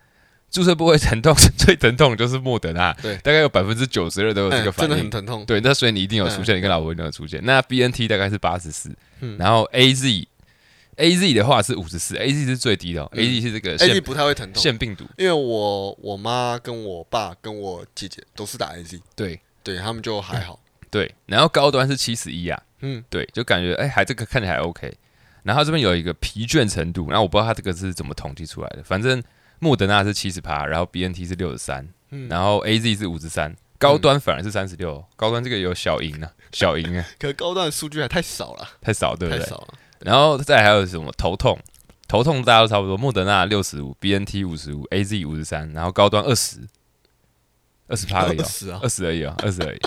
Speaker 1: 注射部位疼痛 最疼痛的就是莫德纳，
Speaker 2: 对
Speaker 1: 大概有百分之九十二都有这
Speaker 2: 哎
Speaker 1: 个反
Speaker 2: 真的
Speaker 1: 应
Speaker 2: 很。疼痛。
Speaker 1: 对，那所以你一定有出现，你跟老婆一定有出现。那 BNT 大概是八十四
Speaker 2: 嗯，
Speaker 1: 然后 AZ AZ 的话是五十四，AZ 是最低的、哦
Speaker 2: 嗯
Speaker 1: a z 是这个
Speaker 2: A Z
Speaker 1: 腺
Speaker 2: 不太会疼痛，
Speaker 1: 腺病毒，
Speaker 2: 因为我我妈跟我爸跟我姐姐都是打 A Z，
Speaker 1: 对
Speaker 2: 对他们就还好。
Speaker 1: 对，然后高端是七十一啊，
Speaker 2: 嗯，
Speaker 1: 对，就感觉哎、还这个看起来还 OK。然后这边有一个疲倦程度，然后我不知道它这个是怎么统计出来的，反正莫德纳是七十趴，然后 BNT 是六十三，
Speaker 2: 嗯
Speaker 1: 然后 AZ 是五十三，高端反而是三十六，高端这个有小赢啊，小赢啊，
Speaker 2: 可高端的数据还太少了，
Speaker 1: 太少对不
Speaker 2: 太
Speaker 1: 对？
Speaker 2: 少了。
Speaker 1: 然后再来还有什么头痛？头痛大家都差不多，莫德纳六十五，BNT 五十五，AZ 五十三，然后高端二十，二十趴而已、哦，
Speaker 2: 十啊，
Speaker 1: 二十而已哦，二十而已。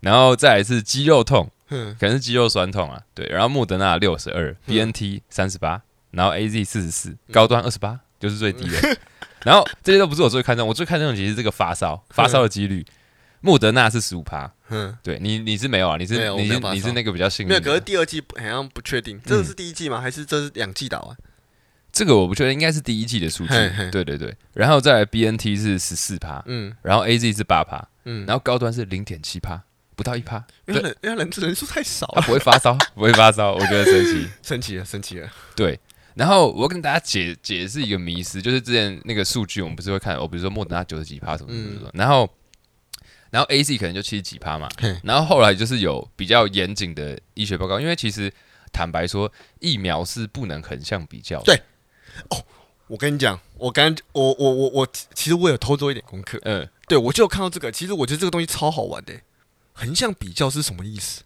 Speaker 1: 然后再来是肌肉痛，
Speaker 2: 嗯，
Speaker 1: 可能是肌肉酸痛啊，对。然后莫德纳六十二，BNT 三十八，然后 AZ 四十四，高端二十八，就是最低
Speaker 2: 嗯
Speaker 1: 的。 然后这些都不是我最看重，我最看重的其实是这个发烧，发烧的几率，莫德纳是十五趴，
Speaker 2: 嗯，
Speaker 1: 对你你是没有啊，你
Speaker 2: 没
Speaker 1: 是
Speaker 2: 有我没
Speaker 1: 你是
Speaker 2: 有发烧
Speaker 1: 你是那个比较幸运
Speaker 2: 没
Speaker 1: 的，
Speaker 2: 有。可是第二季好像不确定，这是
Speaker 1: 嗯
Speaker 2: 第一季吗？还是这是两季啊打完？
Speaker 1: 这个我不确定，应该是第一季的数据
Speaker 2: 嘿嘿。
Speaker 1: 对对对，然后再来 BNT 是十四趴，
Speaker 2: 嗯
Speaker 1: 然后 AZ 是八趴，
Speaker 2: 嗯，
Speaker 1: 然后高端是零点七趴，不到一趴，
Speaker 2: 因为人因为人人数太少
Speaker 1: 它
Speaker 2: 了，
Speaker 1: 不会发烧， 不会发烧，我觉得神奇。
Speaker 2: 神奇了，神奇了。
Speaker 1: 对，然后我要跟大家解解释一个迷思，就是之前那个数据我们不是会看，哦我比如说莫德纳九十几趴什么什么什么，然后然后 AZ 可能就七十几趴嘛
Speaker 2: 嗯嘿，
Speaker 1: 然后后来就是有比较严谨的医学报告，因为其实坦白说，疫苗是不能横向比较的。
Speaker 2: 对我跟你讲，我刚我我我我，其实我有偷做一点功课，
Speaker 1: 嗯，
Speaker 2: 对我就有看到这个，其实我觉得这个东西超好玩的欸。横向比较是什么意思？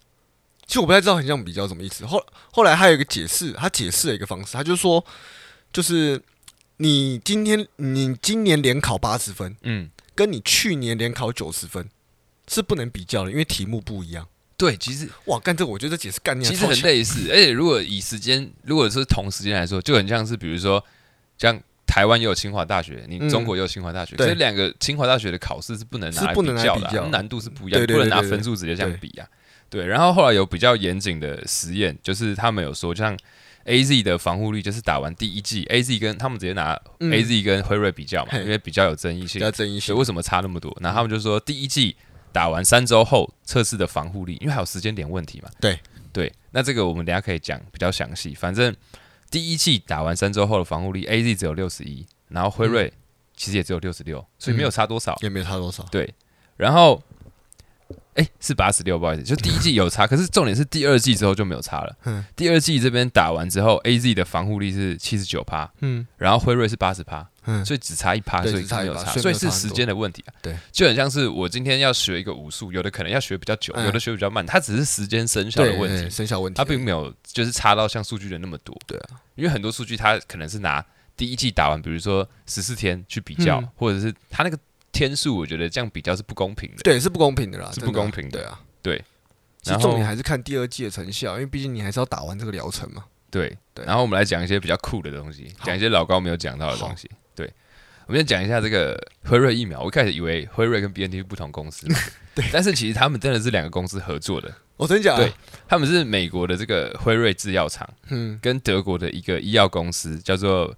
Speaker 2: 其实我不太知道横向比较什么意思。后后来还有一个解释，他解释了一个方式，他就说，就是你今天你今年联考八十分，
Speaker 1: 嗯
Speaker 2: 跟你去年联考九十分，是不能比较的，因为题目不一样。
Speaker 1: 对，其实
Speaker 2: 哇，干这我觉得这解释概念
Speaker 1: 其实很类似，而且如果以时间，如果是同时间来说，就很像是比如说，像台湾也有清华大学，你
Speaker 2: 嗯
Speaker 1: 中国也有清华大学，
Speaker 2: 对
Speaker 1: 所以两个清华大学的考试是不能拿来
Speaker 2: 是不能拿来
Speaker 1: 的啊
Speaker 2: 比较
Speaker 1: 难度是不一样，
Speaker 2: 对对
Speaker 1: 不能拿
Speaker 2: 对对对
Speaker 1: 分数直接这样比啊。对，然后后来有比较严谨的实验，就是他们有说，就像 A Z 的防护率，就是打完第一季 A Z 跟他们直接拿
Speaker 2: 嗯
Speaker 1: A Z 跟辉瑞比较嘛，
Speaker 2: 嘿
Speaker 1: 因为比较有争议性
Speaker 2: 要，争议
Speaker 1: 所
Speaker 2: 性
Speaker 1: 以。为什么差那么多？然后他们就说，第一季打完三周后测试的防护力，因为还有时间点问题嘛。
Speaker 2: 对
Speaker 1: 对，那这个我们等一下可以讲比较详细。反正第一季打完三周后的防护力，A Z 只有六十一，然后辉瑞其实也只有六十六，所以
Speaker 2: 嗯
Speaker 1: 没有差多少。
Speaker 2: 也没有差多少，
Speaker 1: 对，然后哎是八十六，不好意思，就第一季有差，可是重点是第二季之后就没有差了。
Speaker 2: 嗯
Speaker 1: 第二季这边打完之后，A Z 的防护力是七十九趴，
Speaker 2: 嗯
Speaker 1: 然后辉瑞是八十趴，
Speaker 2: 嗯，
Speaker 1: 所以只差一趴，
Speaker 2: 对
Speaker 1: 所以
Speaker 2: 只差
Speaker 1: 没有
Speaker 2: 1%
Speaker 1: 差，
Speaker 2: 所以没
Speaker 1: 所以
Speaker 2: 有差
Speaker 1: 是
Speaker 2: 很
Speaker 1: 时
Speaker 2: 多
Speaker 1: 间的问题啊。
Speaker 2: 对，
Speaker 1: 就很像是我今天要学一个武术，有的可能要学比较久，
Speaker 2: 嗯
Speaker 1: 有的学比较慢，它只是时间生效
Speaker 2: 对
Speaker 1: 的问
Speaker 2: 对哎
Speaker 1: 题，
Speaker 2: 生效问题，
Speaker 1: 它并没有就是差到像数据的那么多。
Speaker 2: 对
Speaker 1: 啊，因为很多数据它可能是拿第一季打完，比如说十四天去比较
Speaker 2: 嗯，
Speaker 1: 或者是它那个天数，我觉得这样比较是不公平的。
Speaker 2: 对是不公平的啦，
Speaker 1: 是
Speaker 2: 真的
Speaker 1: 不公平的
Speaker 2: 对啊，
Speaker 1: 对。
Speaker 2: 其实
Speaker 1: 然后
Speaker 2: 重点还是看第二季的成效，因为毕竟你还是要打完这个疗程嘛。
Speaker 1: 对，
Speaker 2: 对
Speaker 1: 然后我们来讲一些比较酷的东西，
Speaker 2: 好
Speaker 1: 讲一些老高没有讲到的东西。对，我们先讲一下这个辉瑞疫苗。我一开始以为辉瑞跟 B N T 是不同 公司，对，但是其实他们真的是两个公司合作的。
Speaker 2: 我哦真假？
Speaker 1: 对，他们是美国的这个辉瑞制药厂
Speaker 2: 嗯，
Speaker 1: 跟德国的一个医药公司，叫做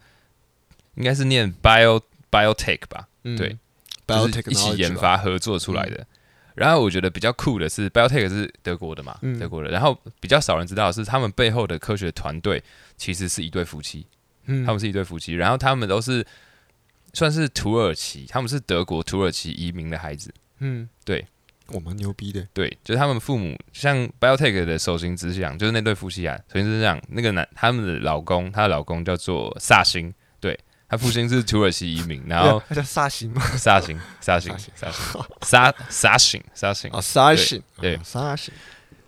Speaker 1: 应该是念 Bio Biotech 吧，
Speaker 2: 嗯
Speaker 1: 对，就是
Speaker 2: ，biotech
Speaker 1: 一起研发合作出来的。然后我觉得比较酷的是，Biotech 是德国的嘛，
Speaker 2: 嗯
Speaker 1: 德国的。然后比较少人知道的是，他们背后的科学团队其实是一对夫妻，
Speaker 2: 嗯，
Speaker 1: 他们是一对夫妻，然后他们都是算是土耳其，他们是德国土耳其移民的孩子，
Speaker 2: 嗯，
Speaker 1: 对，
Speaker 2: 我蛮牛逼的，
Speaker 1: 对，就是他们父母像 Biotech 的首席执行长，就是那对夫妻啊，首席执行长那个男，他们的老公，她的老公叫做萨辛，对他父亲是土耳其移民，然 后
Speaker 2: 他 叫萨辛嘛，
Speaker 1: 萨辛萨辛萨辛哦萨萨辛萨辛
Speaker 2: 啊，，萨辛，
Speaker 1: 对
Speaker 2: 啊萨辛，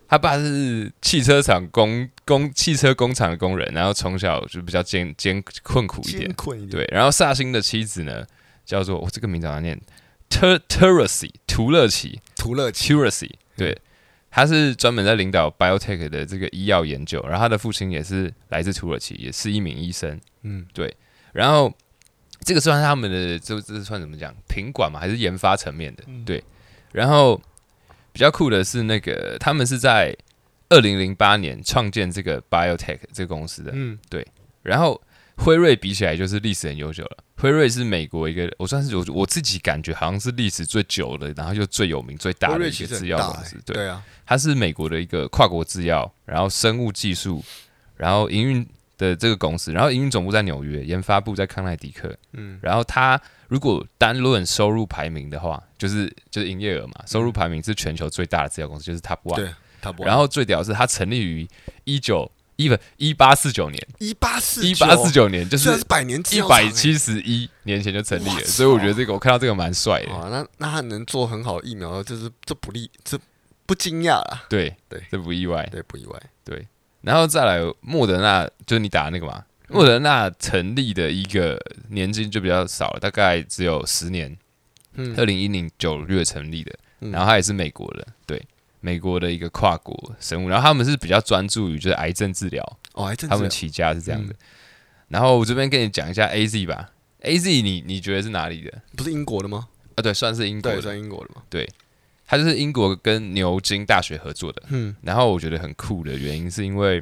Speaker 1: 他爸是汽车厂工工汽车工厂的工人，然后从小就比较艰艰困苦一点
Speaker 2: 艰，困一点，
Speaker 1: 对，然后萨辛的妻子呢，叫做哦我、这个名字好像念 Tur Turasi 图勒奇
Speaker 2: 图乐奇，
Speaker 1: Turasi，对，他是专门在领导 biotech 的这个医药研究，然后他的父亲也是来自土耳其，也是一名医生，
Speaker 2: 嗯，
Speaker 1: 然后这个算是他们的这这算怎么讲品管嘛，还是研发层面的，
Speaker 2: 嗯
Speaker 1: 对，然后比较酷的是那个他们是在二零零八年创建这个 biotech 这个公司的，
Speaker 2: 嗯，
Speaker 1: 然后辉瑞比起来就是历史很悠久了。辉瑞是美国一个，我算是我我自己感觉好像是历史最久的，然后又最有名、最大
Speaker 2: 辉
Speaker 1: 的
Speaker 2: 瑞
Speaker 1: 一
Speaker 2: 其
Speaker 1: 个
Speaker 2: 实
Speaker 1: 制
Speaker 2: 很
Speaker 1: 药
Speaker 2: 大
Speaker 1: 公司
Speaker 2: 欸。
Speaker 1: 对，
Speaker 2: 对啊，
Speaker 1: 它是美国的一个跨国制药，然后生物技术，然后营运的这个公司，然后营运总部在纽约，研发部在康乃狄克。
Speaker 2: 嗯
Speaker 1: 然后它如果单论收入排名的话，就是就是营业额嘛，收入排名是全球最大的制药公司，就是 Top One。
Speaker 2: 嗯对，他不，
Speaker 1: 然后最屌的是它成立于一九一不一八四九年。
Speaker 2: 一八四
Speaker 1: 一八四，九年，就
Speaker 2: 虽然
Speaker 1: 是
Speaker 2: 是百年制
Speaker 1: 一
Speaker 2: 药厂
Speaker 1: 百
Speaker 2: 欸
Speaker 1: 七十一年前就成立
Speaker 2: 哇
Speaker 1: 了，
Speaker 2: 塞
Speaker 1: 所以我觉得这个我看到这个蛮帅的，
Speaker 2: 哇，哦那那他能做很好的疫苗，这是这不利，这不惊讶啦，
Speaker 1: 对
Speaker 2: 对
Speaker 1: 这不意外。
Speaker 2: 对，不意外。
Speaker 1: 对，然后再来莫德纳，就是你打的那个嘛，莫德纳成立的一个年纪就比较少了，大概只有十年，
Speaker 2: 嗯
Speaker 1: 二零一零九月成立的，
Speaker 2: 嗯
Speaker 1: 然后它也是美国的，对。美国的一个跨国生物，然后他们是比较专注于就是癌症治疗，嗯
Speaker 2: 哦，还真
Speaker 1: 他们
Speaker 2: 的
Speaker 1: 起家是这样的。然后我这边跟你讲一下 A Z 吧，A Z 你你觉得是哪里的？
Speaker 2: 不是英国的吗？
Speaker 1: 啊，对，算是英国
Speaker 2: 对，
Speaker 1: 的，
Speaker 2: 算英国的嘛。
Speaker 1: 它就是英国跟牛津大学合作的。
Speaker 2: 嗯，
Speaker 1: 然后我觉得很酷的原因是因为，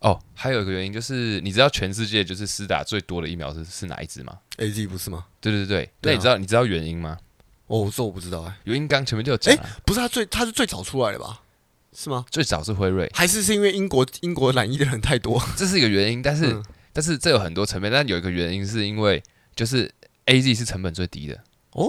Speaker 1: 哦，还有一个原因就是，你知道全世界就是施打最多的疫苗是是哪一支吗？
Speaker 2: A Z 不是吗？
Speaker 1: 对对对，那
Speaker 2: 对啊
Speaker 1: 你知道你知道原因吗？
Speaker 2: 哦，这我不知道哎，
Speaker 1: 原因刚前面就有讲、啊，
Speaker 2: 不是他最，他是最早出来的吧？是吗？
Speaker 1: 最早是辉瑞，
Speaker 2: 还是是因为英国英国染疫的人太 多？
Speaker 1: 这是一个原因，但是、
Speaker 2: 嗯
Speaker 1: 但是这有很多层面，但有一个原因是因为就是 A Z 是成本最低的，
Speaker 2: 哦，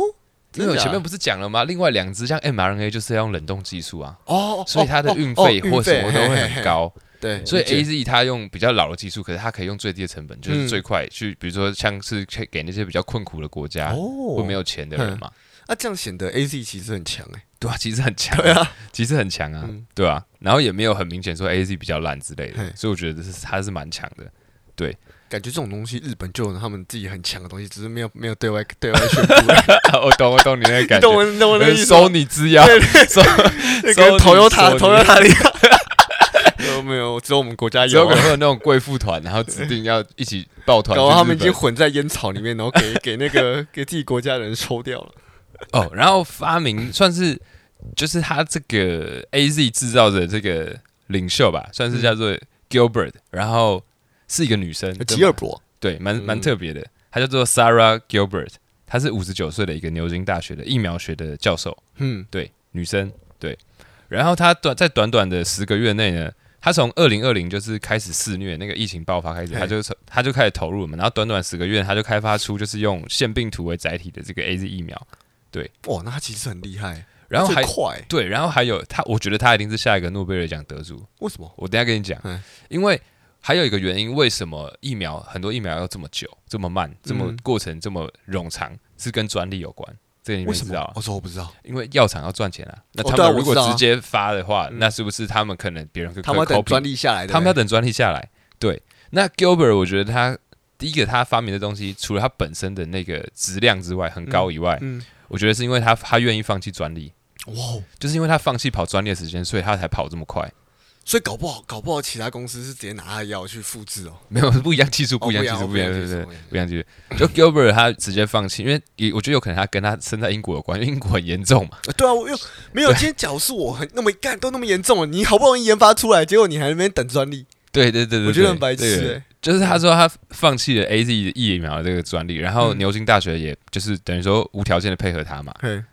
Speaker 1: 因
Speaker 2: 真
Speaker 1: 为
Speaker 2: 的
Speaker 1: 我
Speaker 2: 假
Speaker 1: 前
Speaker 2: 的
Speaker 1: 面不是讲了吗？另外两支像 mRNA 就是要用冷冻技术啊，
Speaker 2: 哦，
Speaker 1: 所以
Speaker 2: 哦
Speaker 1: 它的
Speaker 2: 哦
Speaker 1: 运
Speaker 2: 哦
Speaker 1: 费或什么都会
Speaker 2: 嘿嘿
Speaker 1: 很
Speaker 2: 嘿
Speaker 1: 高。
Speaker 2: 对，
Speaker 1: 所以
Speaker 2: 理解
Speaker 1: A Z 它用比较老的技术，可是它可以用最低的成本，就是
Speaker 2: 嗯
Speaker 1: 最快去，比如说像是去给那些比较困苦的国家、
Speaker 2: 哦，
Speaker 1: 或没有钱的人嘛，
Speaker 2: 那这样显得 A Z 其实很强哎。
Speaker 1: 对啊，其实很强，
Speaker 2: 对啊，
Speaker 1: 其实很强啊，
Speaker 2: 嗯
Speaker 1: 对啊，然后也没有很明显说 A Z 比较烂之类的
Speaker 2: 嘿，
Speaker 1: 所以我觉得这是它是蛮强的，对。
Speaker 2: 感觉这种东西日本就有他们自己很强的东西，只是没有没有对外对外宣布。
Speaker 1: 我懂，我懂你那个 感
Speaker 2: 你
Speaker 1: 觉
Speaker 2: 懂。我你懂我的意思吗？
Speaker 1: 收你之腰，收
Speaker 2: 那
Speaker 1: 收
Speaker 2: 个
Speaker 1: 你
Speaker 2: 头油塔
Speaker 1: 收你
Speaker 2: 头油塔里， 没有没有，只有我们国家
Speaker 1: 之后
Speaker 2: 有
Speaker 1: 可
Speaker 2: 啊、
Speaker 1: 能会有那种贵妇团，然后指定要一起抱团去日本。
Speaker 2: 然后他们已经混在烟草里面，然后给 给那个给自己国家的人抽掉 了。
Speaker 1: 哦，然后发明算是就是他这个 A Z 制造的这个领袖吧，算是叫
Speaker 2: 嗯
Speaker 1: 做 Gilbert，然后是一个女生，
Speaker 2: 吉尔伯，
Speaker 1: 对，蛮
Speaker 2: 呃
Speaker 1: 蛮
Speaker 2: 嗯
Speaker 1: 特别的，她叫做 Sarah Gilbert，她是五十九岁的一个牛津大学的疫苗学的教授，
Speaker 2: 嗯，
Speaker 1: 对，女生，对。然后她短在短短的十个月内呢，她从二零二零就是开始肆虐那个疫情爆发开始，
Speaker 2: 嘿
Speaker 1: 她就从她就开始投入了嘛，然后短短十个月，她就开发出就是用腺病毒为载体的这个 A Z 疫苗，
Speaker 2: 哇，那他其实很厉害，
Speaker 1: 然后
Speaker 2: 这
Speaker 1: 还
Speaker 2: 快，欸
Speaker 1: 对，然后还有她，我觉得她一定是下一个诺贝尔奖得主，
Speaker 2: 为什么？
Speaker 1: 我等一下跟你讲
Speaker 2: 嗯，
Speaker 1: 因为还有一个原因，为什么疫苗很多疫苗要这么久、这么慢、这么
Speaker 2: 嗯
Speaker 1: 过程这么冗长，是跟专利有关。这个你
Speaker 2: 为
Speaker 1: 们
Speaker 2: 什
Speaker 1: 知
Speaker 2: 么
Speaker 1: 道啊？
Speaker 2: 我说我不知道，
Speaker 1: 因为药厂要赚钱啊。那
Speaker 2: 哦
Speaker 1: 他
Speaker 2: 对啊
Speaker 1: 们如
Speaker 2: 我
Speaker 1: 果
Speaker 2: 知道啊
Speaker 1: 直接发的话，
Speaker 2: 嗯
Speaker 1: 那是不是他们可能别人可
Speaker 2: 他们要等专，利下来
Speaker 1: copy，
Speaker 2: 的，
Speaker 1: 他们要等专利下来？对。那 Gilbert 我觉得他第一个他发明的东西，除了他本身的那个质量之外很高以外，
Speaker 2: 嗯，
Speaker 1: 我觉得是因为他他愿意放弃专利，
Speaker 2: 哇哦，
Speaker 1: 就是因为他放弃跑专利的时间，所以他才跑这么快。
Speaker 2: 所以搞不好搞不好其他公司是直接拿他的药去复制哦，
Speaker 1: 没有不一样技术，不一样技术，
Speaker 2: 哦
Speaker 1: 不
Speaker 2: 不
Speaker 1: 一
Speaker 2: 一
Speaker 1: 样
Speaker 2: 样不一样
Speaker 1: 对对对
Speaker 2: 技术
Speaker 1: 不一样技术。就 Gilbert 他直接放弃，因为也我觉得有可能他跟他生在英国有关，因为英国很严 重嘛。
Speaker 2: 呃对啊，我又没有，今天假如是我很那么干都那么严重了，你好不容易研发出来，结果你还在那边等专利，
Speaker 1: 对对对对，
Speaker 2: 我觉
Speaker 1: 对
Speaker 2: 得很白痴
Speaker 1: 对
Speaker 2: 欸
Speaker 1: 就是他说他放弃了 A Z 疫苗的这个专利，然后
Speaker 2: 嗯
Speaker 1: 牛津大学也就是等于说无条件的配合他嘛。
Speaker 2: 嘿，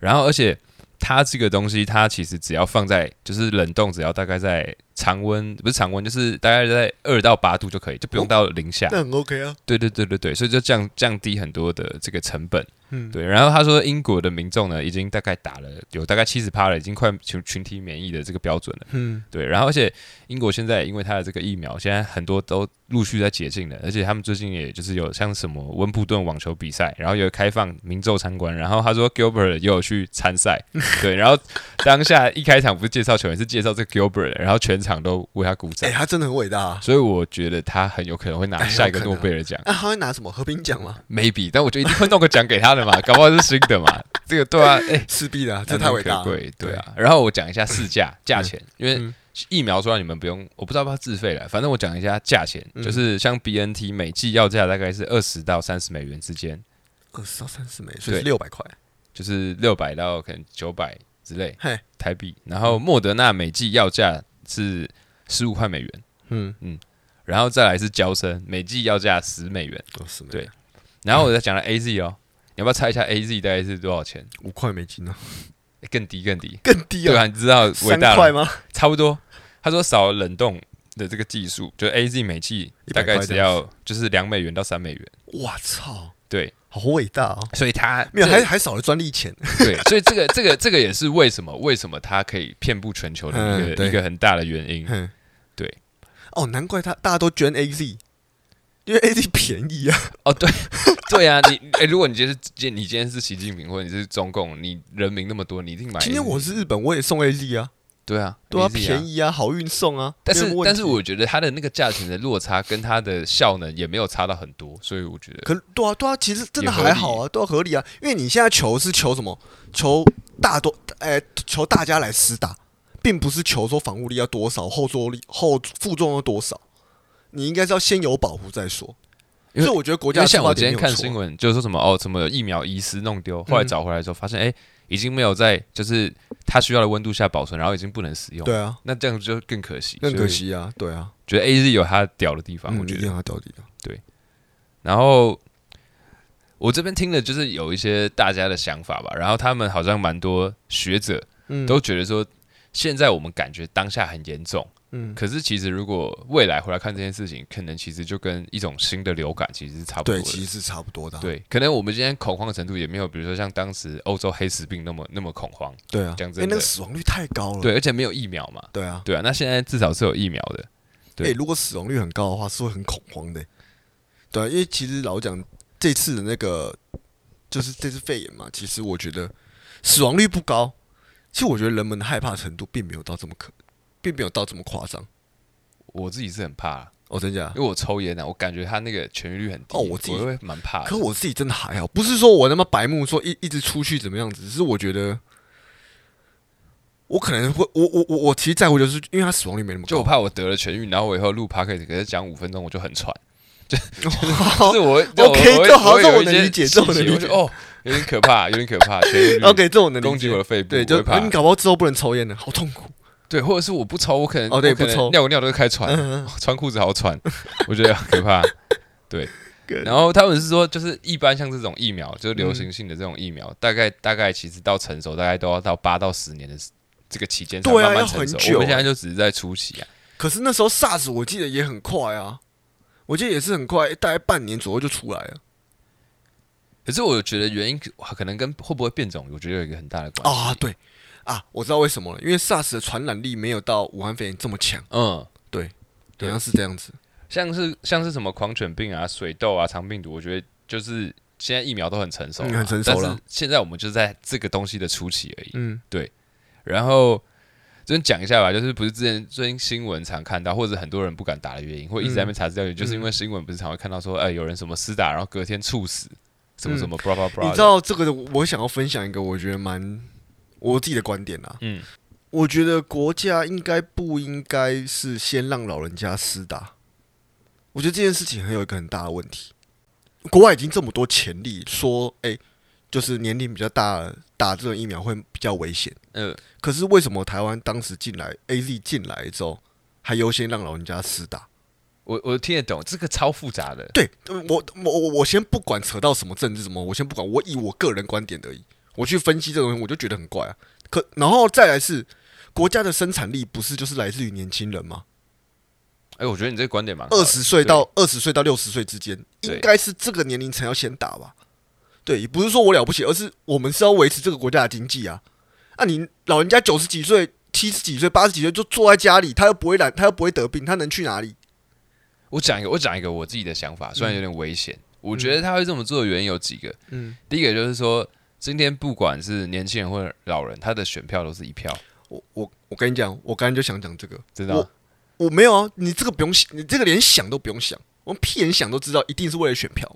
Speaker 1: 然后而且它这个东西，它其实只要放在就是冷冻，只要大概在常温不是常温，就是大概在二到八度就可以，就不用
Speaker 2: 哦
Speaker 1: 到零下。
Speaker 2: 那很 OK 啊，
Speaker 1: 对对对对对，所以就降降低很多的这个成本。
Speaker 2: 嗯，
Speaker 1: 对，然后他说英国的民众呢，已经大概打了有大概七十趴了，已经快群群体免疫的这个标准了。
Speaker 2: 嗯，
Speaker 1: 对，然后而且英国现在因为它的这个疫苗，现在很多都陆续在解禁了，而且他们最近也就是有像什么温布顿网球比赛，然后有开放民众参观，然后他说 Gilbert 也有去参 赛，对，然后当下一开场不是介绍球员，是介绍这个 Gilbert，然后全场都为他鼓
Speaker 2: 哎、
Speaker 1: 掌，
Speaker 2: 他真的很伟大啊！
Speaker 1: 所以我觉得他很有可能会拿
Speaker 2: 哎
Speaker 1: 下
Speaker 2: 有
Speaker 1: 一个
Speaker 2: 可
Speaker 1: 诺
Speaker 2: 能
Speaker 1: 贝尔奖。
Speaker 2: 那、他会拿什么和平奖吗？
Speaker 1: maybe，但我觉得一定会弄个奖给他的 嘛，搞不好是新的嘛。这个对啊，哎、
Speaker 2: 势必的、啊，这
Speaker 1: 难
Speaker 2: 太
Speaker 1: 能
Speaker 2: 伟大
Speaker 1: 可
Speaker 2: 了。
Speaker 1: 贵，对啊。然后我讲一下市价价钱，因为
Speaker 2: 嗯
Speaker 1: 疫苗虽然你们不用，我不知道要不要自费了，反正我讲一下价钱，
Speaker 2: 嗯
Speaker 1: 就是像 BNT 每剂药价大概是二十到三十美元之间，
Speaker 2: 二十到三十枚，所以是
Speaker 1: 对
Speaker 2: 六百块。
Speaker 1: 就是六百到可能九百之类
Speaker 2: 嘿，
Speaker 1: 台币。然后莫德纳每剂药价是十五块美元，
Speaker 2: 嗯，
Speaker 1: 然后再来是娇生每剂药价十美元。
Speaker 2: 二十枚，
Speaker 1: 对然后我再讲了 AZ 哦，你要不要猜一下 AZ 大概是多少钱？
Speaker 2: 五块美金啊，
Speaker 1: 诶更低更低，
Speaker 2: 更低
Speaker 1: 对
Speaker 2: 啊，
Speaker 1: 啊，你知道伟
Speaker 2: 三
Speaker 1: 大
Speaker 2: 块
Speaker 1: 了
Speaker 2: 吗？
Speaker 1: 差不多。他说少了冷冻的这个技术，就 A Z 每季
Speaker 2: 100
Speaker 1: 大概
Speaker 2: 块
Speaker 1: 只
Speaker 2: 这样
Speaker 1: 要就是两美元到三美元，
Speaker 2: 哇操，
Speaker 1: 对，
Speaker 2: 好伟大啊！
Speaker 1: 所以他
Speaker 2: 没有，
Speaker 1: 这
Speaker 2: 还还少了专利钱。
Speaker 1: 对，所以这个这个这个也是为什么为什么他可以遍布全球的一
Speaker 2: 嗯
Speaker 1: 个、
Speaker 2: 对
Speaker 1: 一个很大的 原因。
Speaker 2: 嗯，
Speaker 1: 对。
Speaker 2: 哦，难怪他大家都捐 AZ，因为 AZ 便宜啊。
Speaker 1: 哦，对对啊，你哎、如果你今天是今你今天是习近平或者你是中共，你人民那么多，你一定买 AZ。
Speaker 2: 今天我是日本，我也送 AZ 啊，
Speaker 1: 对啊，
Speaker 2: 对啊，
Speaker 1: AZ
Speaker 2: 便宜啊，好运送啊。
Speaker 1: 但是
Speaker 2: 没有问题
Speaker 1: 但是我觉得它的那个价钱的落差跟它的效能也没有差到很多，所以我觉得
Speaker 2: 可对啊，对啊，其实真的
Speaker 1: 也合
Speaker 2: 还好啊，都合理啊，因为你现在求是求什么？求大多，哎、求大家来施打，并不是求说防护力要多少，后坐力后负重要多少。你应该是要先有保护再说。
Speaker 1: 因
Speaker 2: 所
Speaker 1: 为
Speaker 2: 以我觉得国
Speaker 1: 因
Speaker 2: 家
Speaker 1: 为
Speaker 2: 的
Speaker 1: 像
Speaker 2: 出
Speaker 1: 我
Speaker 2: 发
Speaker 1: 今
Speaker 2: 点
Speaker 1: 天
Speaker 2: 没有
Speaker 1: 看
Speaker 2: 错。啊
Speaker 1: 新
Speaker 2: 嗯
Speaker 1: 闻，就是说什么哦，什么疫苗遗失弄丢，后来找回来之后发现，哎、已经没有在就是它需要的温度下保存，然后已经不能使用。，
Speaker 2: 对啊，
Speaker 1: 那这样就更可惜，
Speaker 2: 更可。惜啊，对啊，
Speaker 1: 觉得 A Z 有它屌的地方，
Speaker 2: 嗯
Speaker 1: 我觉
Speaker 2: 一
Speaker 1: 得。
Speaker 2: 定要到底啊。
Speaker 1: 然后我这边听了就是有一些大家的想法吧，然后他们好像蛮多学者
Speaker 2: 嗯，
Speaker 1: 都觉得说，现在我们感觉当下很严重，
Speaker 2: 嗯，
Speaker 1: 可是其实如果未来回来看这件事情，可能其实就跟一种新的流感其实是差不多
Speaker 2: 对，
Speaker 1: 的。
Speaker 2: 其实是差不多的啊。
Speaker 1: 对，可能我们今天恐慌的程度也没有，比如说像当时欧洲黑死病那么那么恐慌，
Speaker 2: 对啊，
Speaker 1: 讲真的
Speaker 2: 哎，那个死亡率太高了。
Speaker 1: 对，而且没有疫苗嘛，
Speaker 2: 对啊，
Speaker 1: 对啊，那现在至少是有疫苗的，对
Speaker 2: 哎，如果死亡率很高的话，是会很恐慌的。对啊，因为其实老讲这次的那个，就是这次肺炎嘛，其实我觉得死亡率不高，其实我觉得人们的害怕程度并没有到这么可，并没有到这么夸张。
Speaker 1: 我自己是很怕，
Speaker 2: 哦，真假
Speaker 1: 因？为我抽烟呢、啊我感觉它那个痊愈率很低，
Speaker 2: 哦我自己
Speaker 1: 会蛮怕的。
Speaker 2: 可我自己真的还好，不是说我那么白目，说一一直出去怎么样子，只是我觉得，我可能会，我我我我其实在乎就是，因为他死亡率没那么
Speaker 1: 就我
Speaker 2: 高，
Speaker 1: 怕我得了痊愈，然后我以后录 p o d c a s t 可是讲五分钟我就很喘，
Speaker 2: 好
Speaker 1: 就是我会
Speaker 2: 哦 OK，
Speaker 1: 我会
Speaker 2: 这好
Speaker 1: 我会
Speaker 2: 这
Speaker 1: 有
Speaker 2: 我
Speaker 1: 一
Speaker 2: 能
Speaker 1: 些
Speaker 2: 理解
Speaker 1: 气
Speaker 2: 这我能
Speaker 1: 息
Speaker 2: 理
Speaker 1: 我就
Speaker 2: 解
Speaker 1: 哦，有点可怕，有点可怕。痊愈率
Speaker 2: OK，这我能理
Speaker 1: 攻击我
Speaker 2: 解。
Speaker 1: 的肺部，
Speaker 2: 对，
Speaker 1: 我
Speaker 2: 就
Speaker 1: 会怕
Speaker 2: 嗯，搞不好之后不能抽烟了，好痛苦。
Speaker 1: 对，或者是我不抽，我可能
Speaker 2: 哦对
Speaker 1: 我可能
Speaker 2: 不抽
Speaker 1: 尿个尿都会开 喘，
Speaker 2: 嗯，
Speaker 1: 穿裤子好喘， 我觉得很可怕。对，
Speaker 2: 对
Speaker 1: 然后他们是说，就是一般像这种疫苗，就是流行性的这种疫
Speaker 2: 嗯
Speaker 1: 苗，大概大概其实到成熟，大概都要到八到十年的这个期间才
Speaker 2: 对啊
Speaker 1: 慢慢
Speaker 2: 要很
Speaker 1: 成熟。
Speaker 2: 久
Speaker 1: 我们
Speaker 2: 欸
Speaker 1: 现在就只是在初期啊，
Speaker 2: 可是那时候 SARS 我记得也很快啊，我记得也是很快，大概半年左右就出来了。
Speaker 1: 可是我觉得原因可可能跟会不会变种，我觉得有一个很大的关系。
Speaker 2: 啊，对啊，我知道为什么了，因为 SARS 的传染力没有到武汉肺炎这么强，
Speaker 1: 嗯，
Speaker 2: 好
Speaker 1: 对
Speaker 2: 像是这样子。
Speaker 1: 像是像是什么狂犬病啊、水痘啊、肠病毒，我觉得就是现在疫苗都很成熟、啊
Speaker 2: 嗯很成熟了
Speaker 1: 但是现在我们就在这个东西的初期而已。啊
Speaker 2: 嗯，
Speaker 1: 然后这边讲一下吧，就是不是之前最近新闻常看到，或者很多人不敢打的原因，或一直在那边查资料，也就是因为新闻不是常会看到说，哎，有人什么厮打，然后隔天猝死，什么什么，blah blah blah。
Speaker 2: 你知？道这个的，我想要分享一个我觉得蛮我自己的观点啦。
Speaker 1: 嗯，
Speaker 2: 我觉得国家应该不应该是先让老人家施打？我觉得这件事情很有一个很大的问题。国外已经这么多潜力说，哎、就是年龄比较大了打这种疫苗会比较危险。
Speaker 1: 呃，
Speaker 2: 可是为什么台湾当时进来 A Z 进来之后，还优先让老人家施打？
Speaker 1: 我我听得懂，这个超复杂的。
Speaker 2: 对呃我，我我我先不管扯到什么政治什么，我先不管，我以我个人观点而已，我去分析这种东西，我就觉得很怪啊。可然后再来是国家的生产力不是就是来自于年轻人吗？
Speaker 1: 哎，我觉得你这个观点蛮好的
Speaker 2: 二十岁到二十岁到六十岁之间，
Speaker 1: 对
Speaker 2: 应该是这个年龄层要先打吧？对，也不是说我了不起，而是我们是要维持这个国家的经济啊。那、你老人家九十几岁、七十几岁、八十几岁就坐在家里，他又不会懒，他又不会得病，他能去哪里？
Speaker 1: 我讲一个，我讲一个我自己的想法，虽然有点危险，我觉得他会这么做的原因有几个。
Speaker 2: 嗯，
Speaker 1: 第一个就是说，今天不管是年轻人或者老人，他的选票都是一票，
Speaker 2: 我我我跟你讲，我刚才就想讲这个，
Speaker 1: 知道
Speaker 2: 我
Speaker 1: 吗？
Speaker 2: 我没有啊，你这个不用想，你这个连想都不用想，我们屁眼想都知道，一定是为了选票。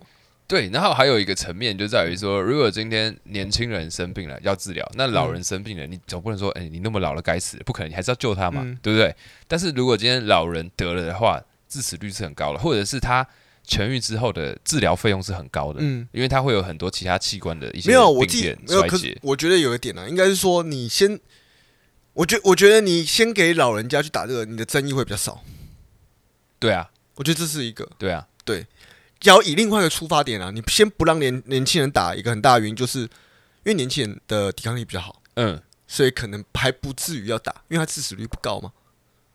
Speaker 1: 对，然后还有一个层面就在
Speaker 2: 嗯
Speaker 1: 于说，如果今天年轻人生病了要治疗，那老
Speaker 2: 嗯
Speaker 1: 人生病了，你总不能说，哎、你那么老了该死，不可能，你还是要救他嘛，
Speaker 2: 嗯
Speaker 1: 对不对？但是如果今天老人得了的话，致死率是很高的，或者是他痊愈之后的治疗费用是很高的，
Speaker 2: 嗯，
Speaker 1: 因为他会有很多其他器官的一些
Speaker 2: 没有，啊我
Speaker 1: 病
Speaker 2: 自己
Speaker 1: 变
Speaker 2: 没有，
Speaker 1: 衰
Speaker 2: 可是
Speaker 1: 竭。
Speaker 2: 我觉得有一点呢、啊，应该是说你先，我觉我觉得你先给老人家去打这个，你的争议会比较少。
Speaker 1: 对啊，
Speaker 2: 我觉得这是一个，
Speaker 1: 对啊，
Speaker 2: 只要以另外一个出发点啊，你先不让年年轻人打，一个很大的原因就是因为年轻人的抵抗力比较好，
Speaker 1: 嗯，
Speaker 2: 所以可能还不至于要打，因为他致死率不高嘛。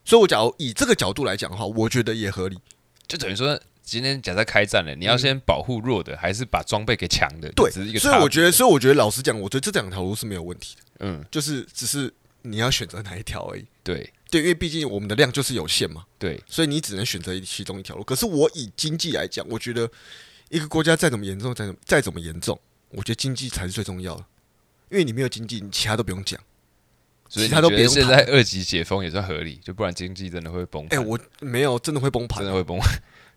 Speaker 2: 所以我假如以这个角度来讲的话，我觉得也合理。
Speaker 1: 就等于说。今天假设开战了，你要先保护弱的，还是把装备给强的？
Speaker 2: 嗯对，
Speaker 1: 只是一个
Speaker 2: 所以
Speaker 1: 差
Speaker 2: 我
Speaker 1: 别
Speaker 2: 觉得，所以我觉得老实讲，我觉得这两条路是没有问题的，
Speaker 1: 嗯，
Speaker 2: 就是只是你要选择哪一条而已。
Speaker 1: 对
Speaker 2: 对，因为毕竟我们的量就是有限嘛，
Speaker 1: 对，
Speaker 2: 所以你只能选择其中一条路。可是我以经济来讲，我觉得一个国家再怎么严重，再怎么再怎么严重，我觉得经济才是最重要的。因为你没有经济，你其他都不用讲。
Speaker 1: 所以
Speaker 2: 其他都
Speaker 1: 你觉得
Speaker 2: 不用
Speaker 1: 现在二级解封也算合理，就不然经济真的会崩
Speaker 2: 哎、
Speaker 1: 盘。
Speaker 2: 我没有，真的会崩盘
Speaker 1: 真。的会崩。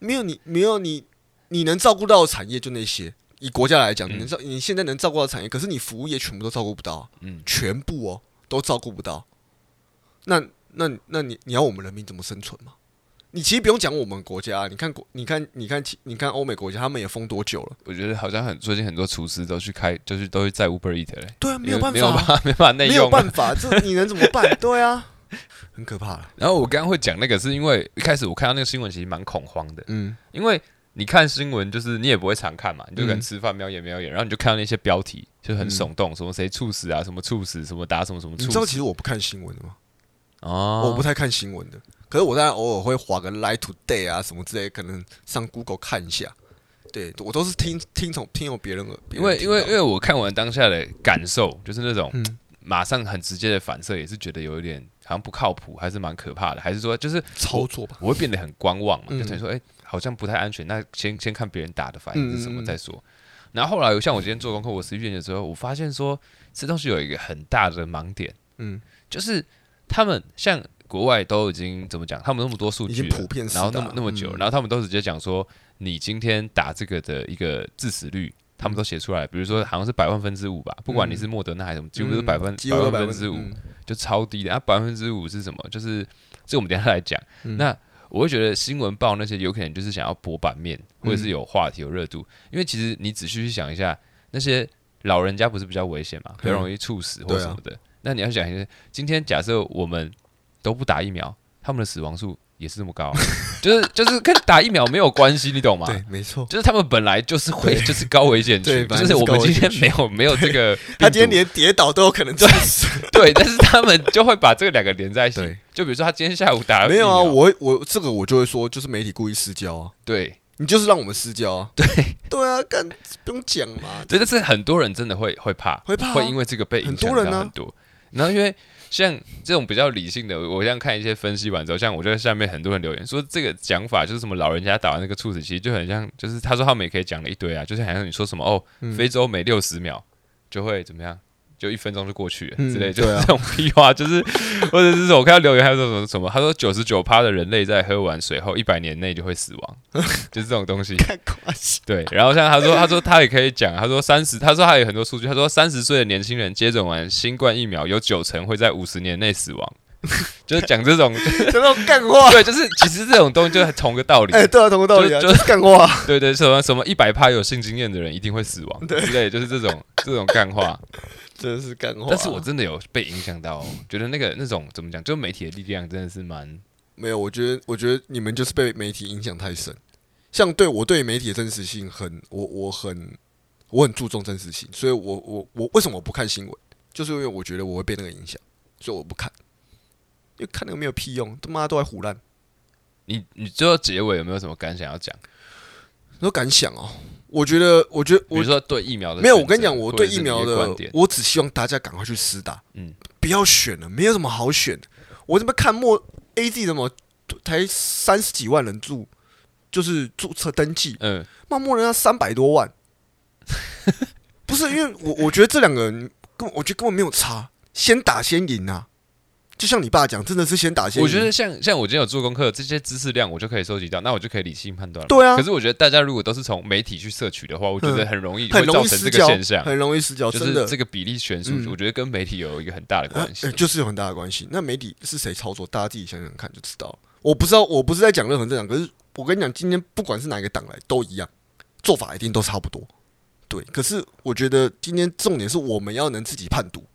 Speaker 2: 没有你，没有你，你能照顾到的产业就那些。以国家来讲，你能照，你现在能照顾到的产业，可是你服务业全部都照顾不到啊，
Speaker 1: 嗯
Speaker 2: 全部哦都照顾不到。那那那你你要我们人民怎么生存嘛？你其实不用讲我们国家啊，你看国，你看你看其你看欧美国家，他们也封多久了？
Speaker 1: 我觉得好像很最近很多厨师都去开，就是都会在 Uber Eat 嘞，
Speaker 2: 对啊，没有
Speaker 1: 因为
Speaker 2: 办
Speaker 1: 没有办
Speaker 2: 法啊，
Speaker 1: 法，没 办法 内
Speaker 2: 没有
Speaker 1: 用啊。
Speaker 2: 办法，这你能怎么办？对啊，很可怕了。
Speaker 1: 然后我刚刚会讲那个，是因为一开始我看到那个新闻，其实蛮恐慌的，
Speaker 2: 嗯，
Speaker 1: 因为你看新闻就是你也不会常看嘛，你就可能
Speaker 2: 嗯
Speaker 1: 吃饭瞄眼瞄眼，然后你就看到那些标题就很耸动，什么谁猝死啊，什么猝死，什么打什么什么
Speaker 2: 你
Speaker 1: 猝
Speaker 2: 知道
Speaker 1: 死
Speaker 2: 其实我不看新闻的吗？我
Speaker 1: 哦
Speaker 2: 不，太看新闻的，可是我当然偶尔会划个 Light Today 啊什么之类，可能上 Google 看一下。对我都是听听从听由别人而，别
Speaker 1: 因
Speaker 2: 人
Speaker 1: 为
Speaker 2: 听
Speaker 1: 因为
Speaker 2: 到
Speaker 1: 因为我看完当下的感受就是那种
Speaker 2: 嗯
Speaker 1: 马上很直接的反射，也是觉得有一点好像不靠谱，还是蛮可怕的，还是说就是
Speaker 2: 操作吧，
Speaker 1: 我会变得很观望嘛，
Speaker 2: 嗯
Speaker 1: 就等于说，哎、好像不太安全。那先先看别人打的反应是什
Speaker 2: 嗯
Speaker 1: 么
Speaker 2: 嗯嗯
Speaker 1: 再说。然后后来，像我今天做功课，我实验的时候，我发现说，这东西有一个很大的盲点，
Speaker 2: 嗯
Speaker 1: 就是他们像国外都已经怎么讲，他们那么多数
Speaker 2: 已
Speaker 1: 据
Speaker 2: 经
Speaker 1: 了，
Speaker 2: 普遍四
Speaker 1: 然后那
Speaker 2: 大
Speaker 1: 么那么久，
Speaker 2: 嗯
Speaker 1: 然后他们都直接讲说，你今天打这个的一个致死率，他们都写出来，比如说好像是百万分之五吧，不管你是莫德纳还是什么，几乎都是
Speaker 2: 嗯
Speaker 1: 百分
Speaker 2: 几乎都
Speaker 1: 百
Speaker 2: 百
Speaker 1: 分之五，
Speaker 2: 嗯
Speaker 1: 就超低的。啊，百分之五是什么？就是这我们等一下来讲。
Speaker 2: 嗯
Speaker 1: 那我会觉得新闻报那些有可能就是想要博版面，或者
Speaker 2: 嗯
Speaker 1: 是有话题、有热度，因为其实你仔细去想一下，那些老人家不是比较危险嘛，比较容易猝死或
Speaker 2: 对啊
Speaker 1: 什么的。那你要想一下，今天假设我们都不打疫苗，他们的死亡数也是这么高 啊、就是就是跟打疫苗没有关系，你懂吗？
Speaker 2: 对，没错。
Speaker 1: 就是他们本来就是会，就是高 危险区，
Speaker 2: 对
Speaker 1: 就
Speaker 2: 本来就是
Speaker 1: 我们
Speaker 2: 高
Speaker 1: 今
Speaker 2: 危险
Speaker 1: 天
Speaker 2: 区
Speaker 1: 没有没有这个病毒， 啊
Speaker 2: 他今天连跌倒都有可能致死。
Speaker 1: 对，但是他们就会把这个两个连在一起
Speaker 2: 对。
Speaker 1: 就比如说他今天下午打了
Speaker 2: 没有啊，
Speaker 1: 疫苗
Speaker 2: 我我这个我就会说，就是媒体故意私交啊，
Speaker 1: 对
Speaker 2: 你就是让我们私交啊。
Speaker 1: 对
Speaker 2: 对啊，干不用讲嘛。
Speaker 1: 对，但是很多人真的会会怕，
Speaker 2: 会怕啊
Speaker 1: 会因为这个被影
Speaker 2: 很
Speaker 1: 响
Speaker 2: 多
Speaker 1: 到
Speaker 2: 人啊
Speaker 1: 很多。然后因为像这种比较理性的，我像看一些分析完之后，像我就在下面很多人留言说这个讲法就是什么老人家打完那个猝死，其实就很像，就是他说他们也可以讲了一堆啊，就是好像你说什么哦，
Speaker 2: 嗯
Speaker 1: 非洲每六十秒就会怎么样。就一分钟就过去了
Speaker 2: 嗯
Speaker 1: 之类，就
Speaker 2: 对啊
Speaker 1: 这种 屁话，就是或者是说我看到留言还有这种什么，他说九十九趴的人类在喝完水后一百年内就会死 亡，就是这种东西。
Speaker 2: 太夸张。
Speaker 1: 对，然后像他说，他说他也可以讲，他说三十，他说他有很多数据，他说三十岁的年轻人接种完新冠疫苗，有九成会在五十年内死亡， 就是讲这种，
Speaker 2: 这种干话。
Speaker 1: 对，就是其实这种东西就是同个道理，
Speaker 2: 哎，对啊，同个道理啊，
Speaker 1: 就
Speaker 2: 就
Speaker 1: 就是
Speaker 2: 干话啊。
Speaker 1: 对对，什么什么一百趴有性经验的人一定会死亡，对，之类，就是这种这种干话。
Speaker 2: 真的是干话啊。
Speaker 1: 但是我真的有被影响到、哦，觉得那个那种怎么讲，就媒体的力量真的是蛮，
Speaker 2: 没有，我觉得，我觉得你们就是被媒体影响太深。像对我对媒体的真实性很，我我很我很注重真实性，所以我我我为什么我不看新闻？就是因为我觉得我会被那个影响，所以我不看。因为看那个没有屁用，他妈都在胡乱。
Speaker 1: 你你最后结尾有没有什么感想要讲？
Speaker 2: 你说敢想哦？我觉得，我觉得
Speaker 1: 比
Speaker 2: 我
Speaker 1: 如说对疫苗的
Speaker 2: 没有，
Speaker 1: 选
Speaker 2: 我跟你
Speaker 1: 择
Speaker 2: 讲，我
Speaker 1: 或者
Speaker 2: 对
Speaker 1: 是
Speaker 2: 疫
Speaker 1: 你
Speaker 2: 苗
Speaker 1: 观
Speaker 2: 的
Speaker 1: 点，
Speaker 2: 我只希望大家赶快去施打，
Speaker 1: 嗯
Speaker 2: 不要选了，没有什么好选的。我这边看莫 A Z 怎么才三十几万人注，就是注册登记，
Speaker 1: 嗯，
Speaker 2: 骂莫人要三百多 万，不是因为我我觉得这两个人根本我觉得根本没有差，先打先赢啊！就像你爸讲，真的是先打先赢。
Speaker 1: 我觉得像像我今天有做功课，这些知识量我就可以收集到，那我就可以理性判断了。
Speaker 2: 对啊
Speaker 1: 可是我觉得大家如果都是从媒体去摄取的话，我觉得
Speaker 2: 嗯
Speaker 1: 很容易
Speaker 2: 很
Speaker 1: 会
Speaker 2: 容
Speaker 1: 造
Speaker 2: 易
Speaker 1: 成
Speaker 2: 失
Speaker 1: 这个
Speaker 2: 焦
Speaker 1: 现，象，
Speaker 2: 很容易失焦，
Speaker 1: 就
Speaker 2: 真
Speaker 1: 是
Speaker 2: 的
Speaker 1: 这个比例悬殊，
Speaker 2: 嗯
Speaker 1: 我觉得跟媒体有一个很大的关系
Speaker 2: 呃。就是有很大的关系。那媒体是谁操作，大家自己想想看就知道了。我不知道，我不是在讲任何政党，可是我跟你讲，今天不管是哪个党来，都一样，做法一定都差不多。对，可是我觉得今天重点是我们要能自己判读，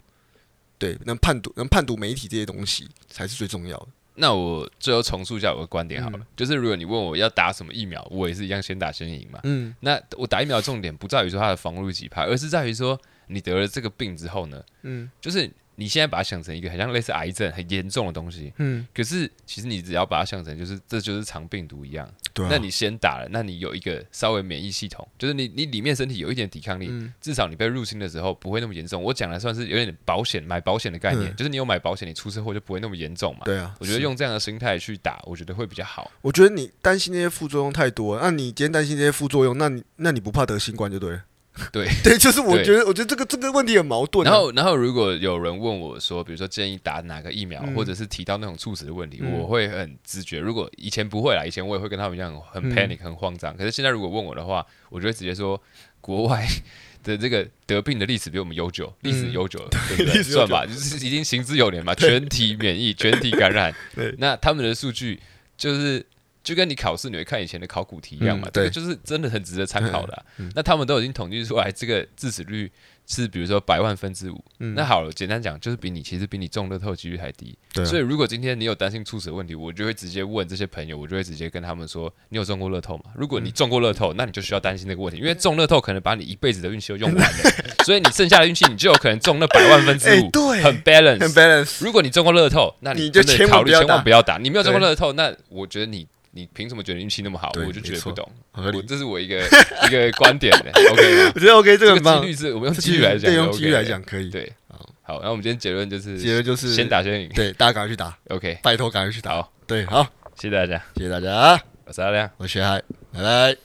Speaker 2: 对，能判读能判读媒体这些东西才是最重要的。
Speaker 1: 那我最后重述一下我的观点好了，
Speaker 2: 嗯
Speaker 1: 就是如果你问我要打什么疫苗，我也是一样先打先赢嘛。
Speaker 2: 嗯，
Speaker 1: 那我打疫苗的重点不在于说它的防护率几趴，而是在于说你得了这个病之后呢，
Speaker 2: 嗯
Speaker 1: 就是你现在把它想成一个很像类似癌症很严重的东西，
Speaker 2: 嗯，
Speaker 1: 可是其实你只要把它想成就是这就是肠病毒一样。
Speaker 2: 对啊，
Speaker 1: 那你先打了，那你有一个稍微免疫系统，就是你你里面身体有一点抵抗力，
Speaker 2: 嗯
Speaker 1: 至少你被入侵的时候不会那么严重。我讲的算是有点保险买保险的概念，
Speaker 2: 嗯
Speaker 1: 就是你有买保险，你出车祸就不会那么严重嘛。
Speaker 2: 对啊，
Speaker 1: 我觉得
Speaker 2: 是，
Speaker 1: 用这样的心态去打，我觉得会比较好。
Speaker 2: 我觉得你担心那些副作用太多，那你今天担心这些副作用，那你那你不怕得新冠就对了。
Speaker 1: 对
Speaker 2: 对，就是我
Speaker 1: 对
Speaker 2: 觉得，我觉得这个这个问题很矛盾啊、
Speaker 1: 然后，然后如果有人问我说，比如说建议打哪个疫苗，
Speaker 2: 嗯
Speaker 1: 或者是提到那种猝死的问题，
Speaker 2: 嗯
Speaker 1: 我会很直觉。如果以前不会啦，以前我也会跟他们一样很
Speaker 2: 嗯
Speaker 1: panic、很慌张。可是现在如果问我的话，我就会直接说，国外的这个得病的历史比我们悠久，历史 悠久了，对不对？
Speaker 2: 嗯历史悠
Speaker 1: 算
Speaker 2: 久
Speaker 1: 吧，就是已经行之有 年嘛，全体免疫、全体感染
Speaker 2: 对。
Speaker 1: 那他们的数据就是。就跟你考试你会看以前的考古题一样嘛，
Speaker 2: 嗯
Speaker 1: 这个
Speaker 2: 对
Speaker 1: 就是真的很值得参考的啊、
Speaker 2: 嗯嗯
Speaker 1: 那他们都已经统计出来这个致死率是比如说百万分之五，
Speaker 2: 嗯
Speaker 1: 那好了，简单讲就是比你其实比你中乐透几率还低。
Speaker 2: 对啊
Speaker 1: 所以如果今天你有担心猝死的问题，我就会直接问这些朋友，我就会直接跟他们说，你有中过乐透
Speaker 2: 嗯
Speaker 1: 吗？如果你中过乐透，那你就需要担心这个问题，因为中乐透可能把你一辈子的运气都用完了，所以你剩下的运气你就有可能中那百万分之
Speaker 2: 哎
Speaker 1: 五，
Speaker 2: 对
Speaker 1: 很 balance，
Speaker 2: 很 balance。
Speaker 1: 如果你中过乐透，那
Speaker 2: 你
Speaker 1: 真
Speaker 2: 就
Speaker 1: 的
Speaker 2: 千万
Speaker 1: 考虑
Speaker 2: 不要
Speaker 1: 千万
Speaker 2: 打
Speaker 1: 不要打。你没有中过
Speaker 2: 对
Speaker 1: 乐透，那我觉得你你凭什么觉得运气那么好？
Speaker 2: 对
Speaker 1: 我就觉得
Speaker 2: 没
Speaker 1: 不
Speaker 2: 错
Speaker 1: 懂。
Speaker 2: 合理
Speaker 1: 我这是我一个一个观点的，OK 吗？
Speaker 2: 我觉得 OK，这个
Speaker 1: 这
Speaker 2: 很
Speaker 1: 个
Speaker 2: 棒
Speaker 1: 几率。是我们用
Speaker 2: 这
Speaker 1: 几率来讲，
Speaker 2: 对，用
Speaker 1: OK
Speaker 2: 几率来。讲可以。
Speaker 1: 对
Speaker 2: 好，
Speaker 1: 好，那我们今天结论就是
Speaker 2: 结论就是
Speaker 1: 先打先赢。
Speaker 2: 对，大家赶快去打，
Speaker 1: OK，
Speaker 2: 拜托赶快去打。
Speaker 1: 好，
Speaker 2: 对，好，
Speaker 1: 谢谢大家，
Speaker 2: 谢谢大家，
Speaker 1: 我是阿亮。
Speaker 2: 我是海，拜拜。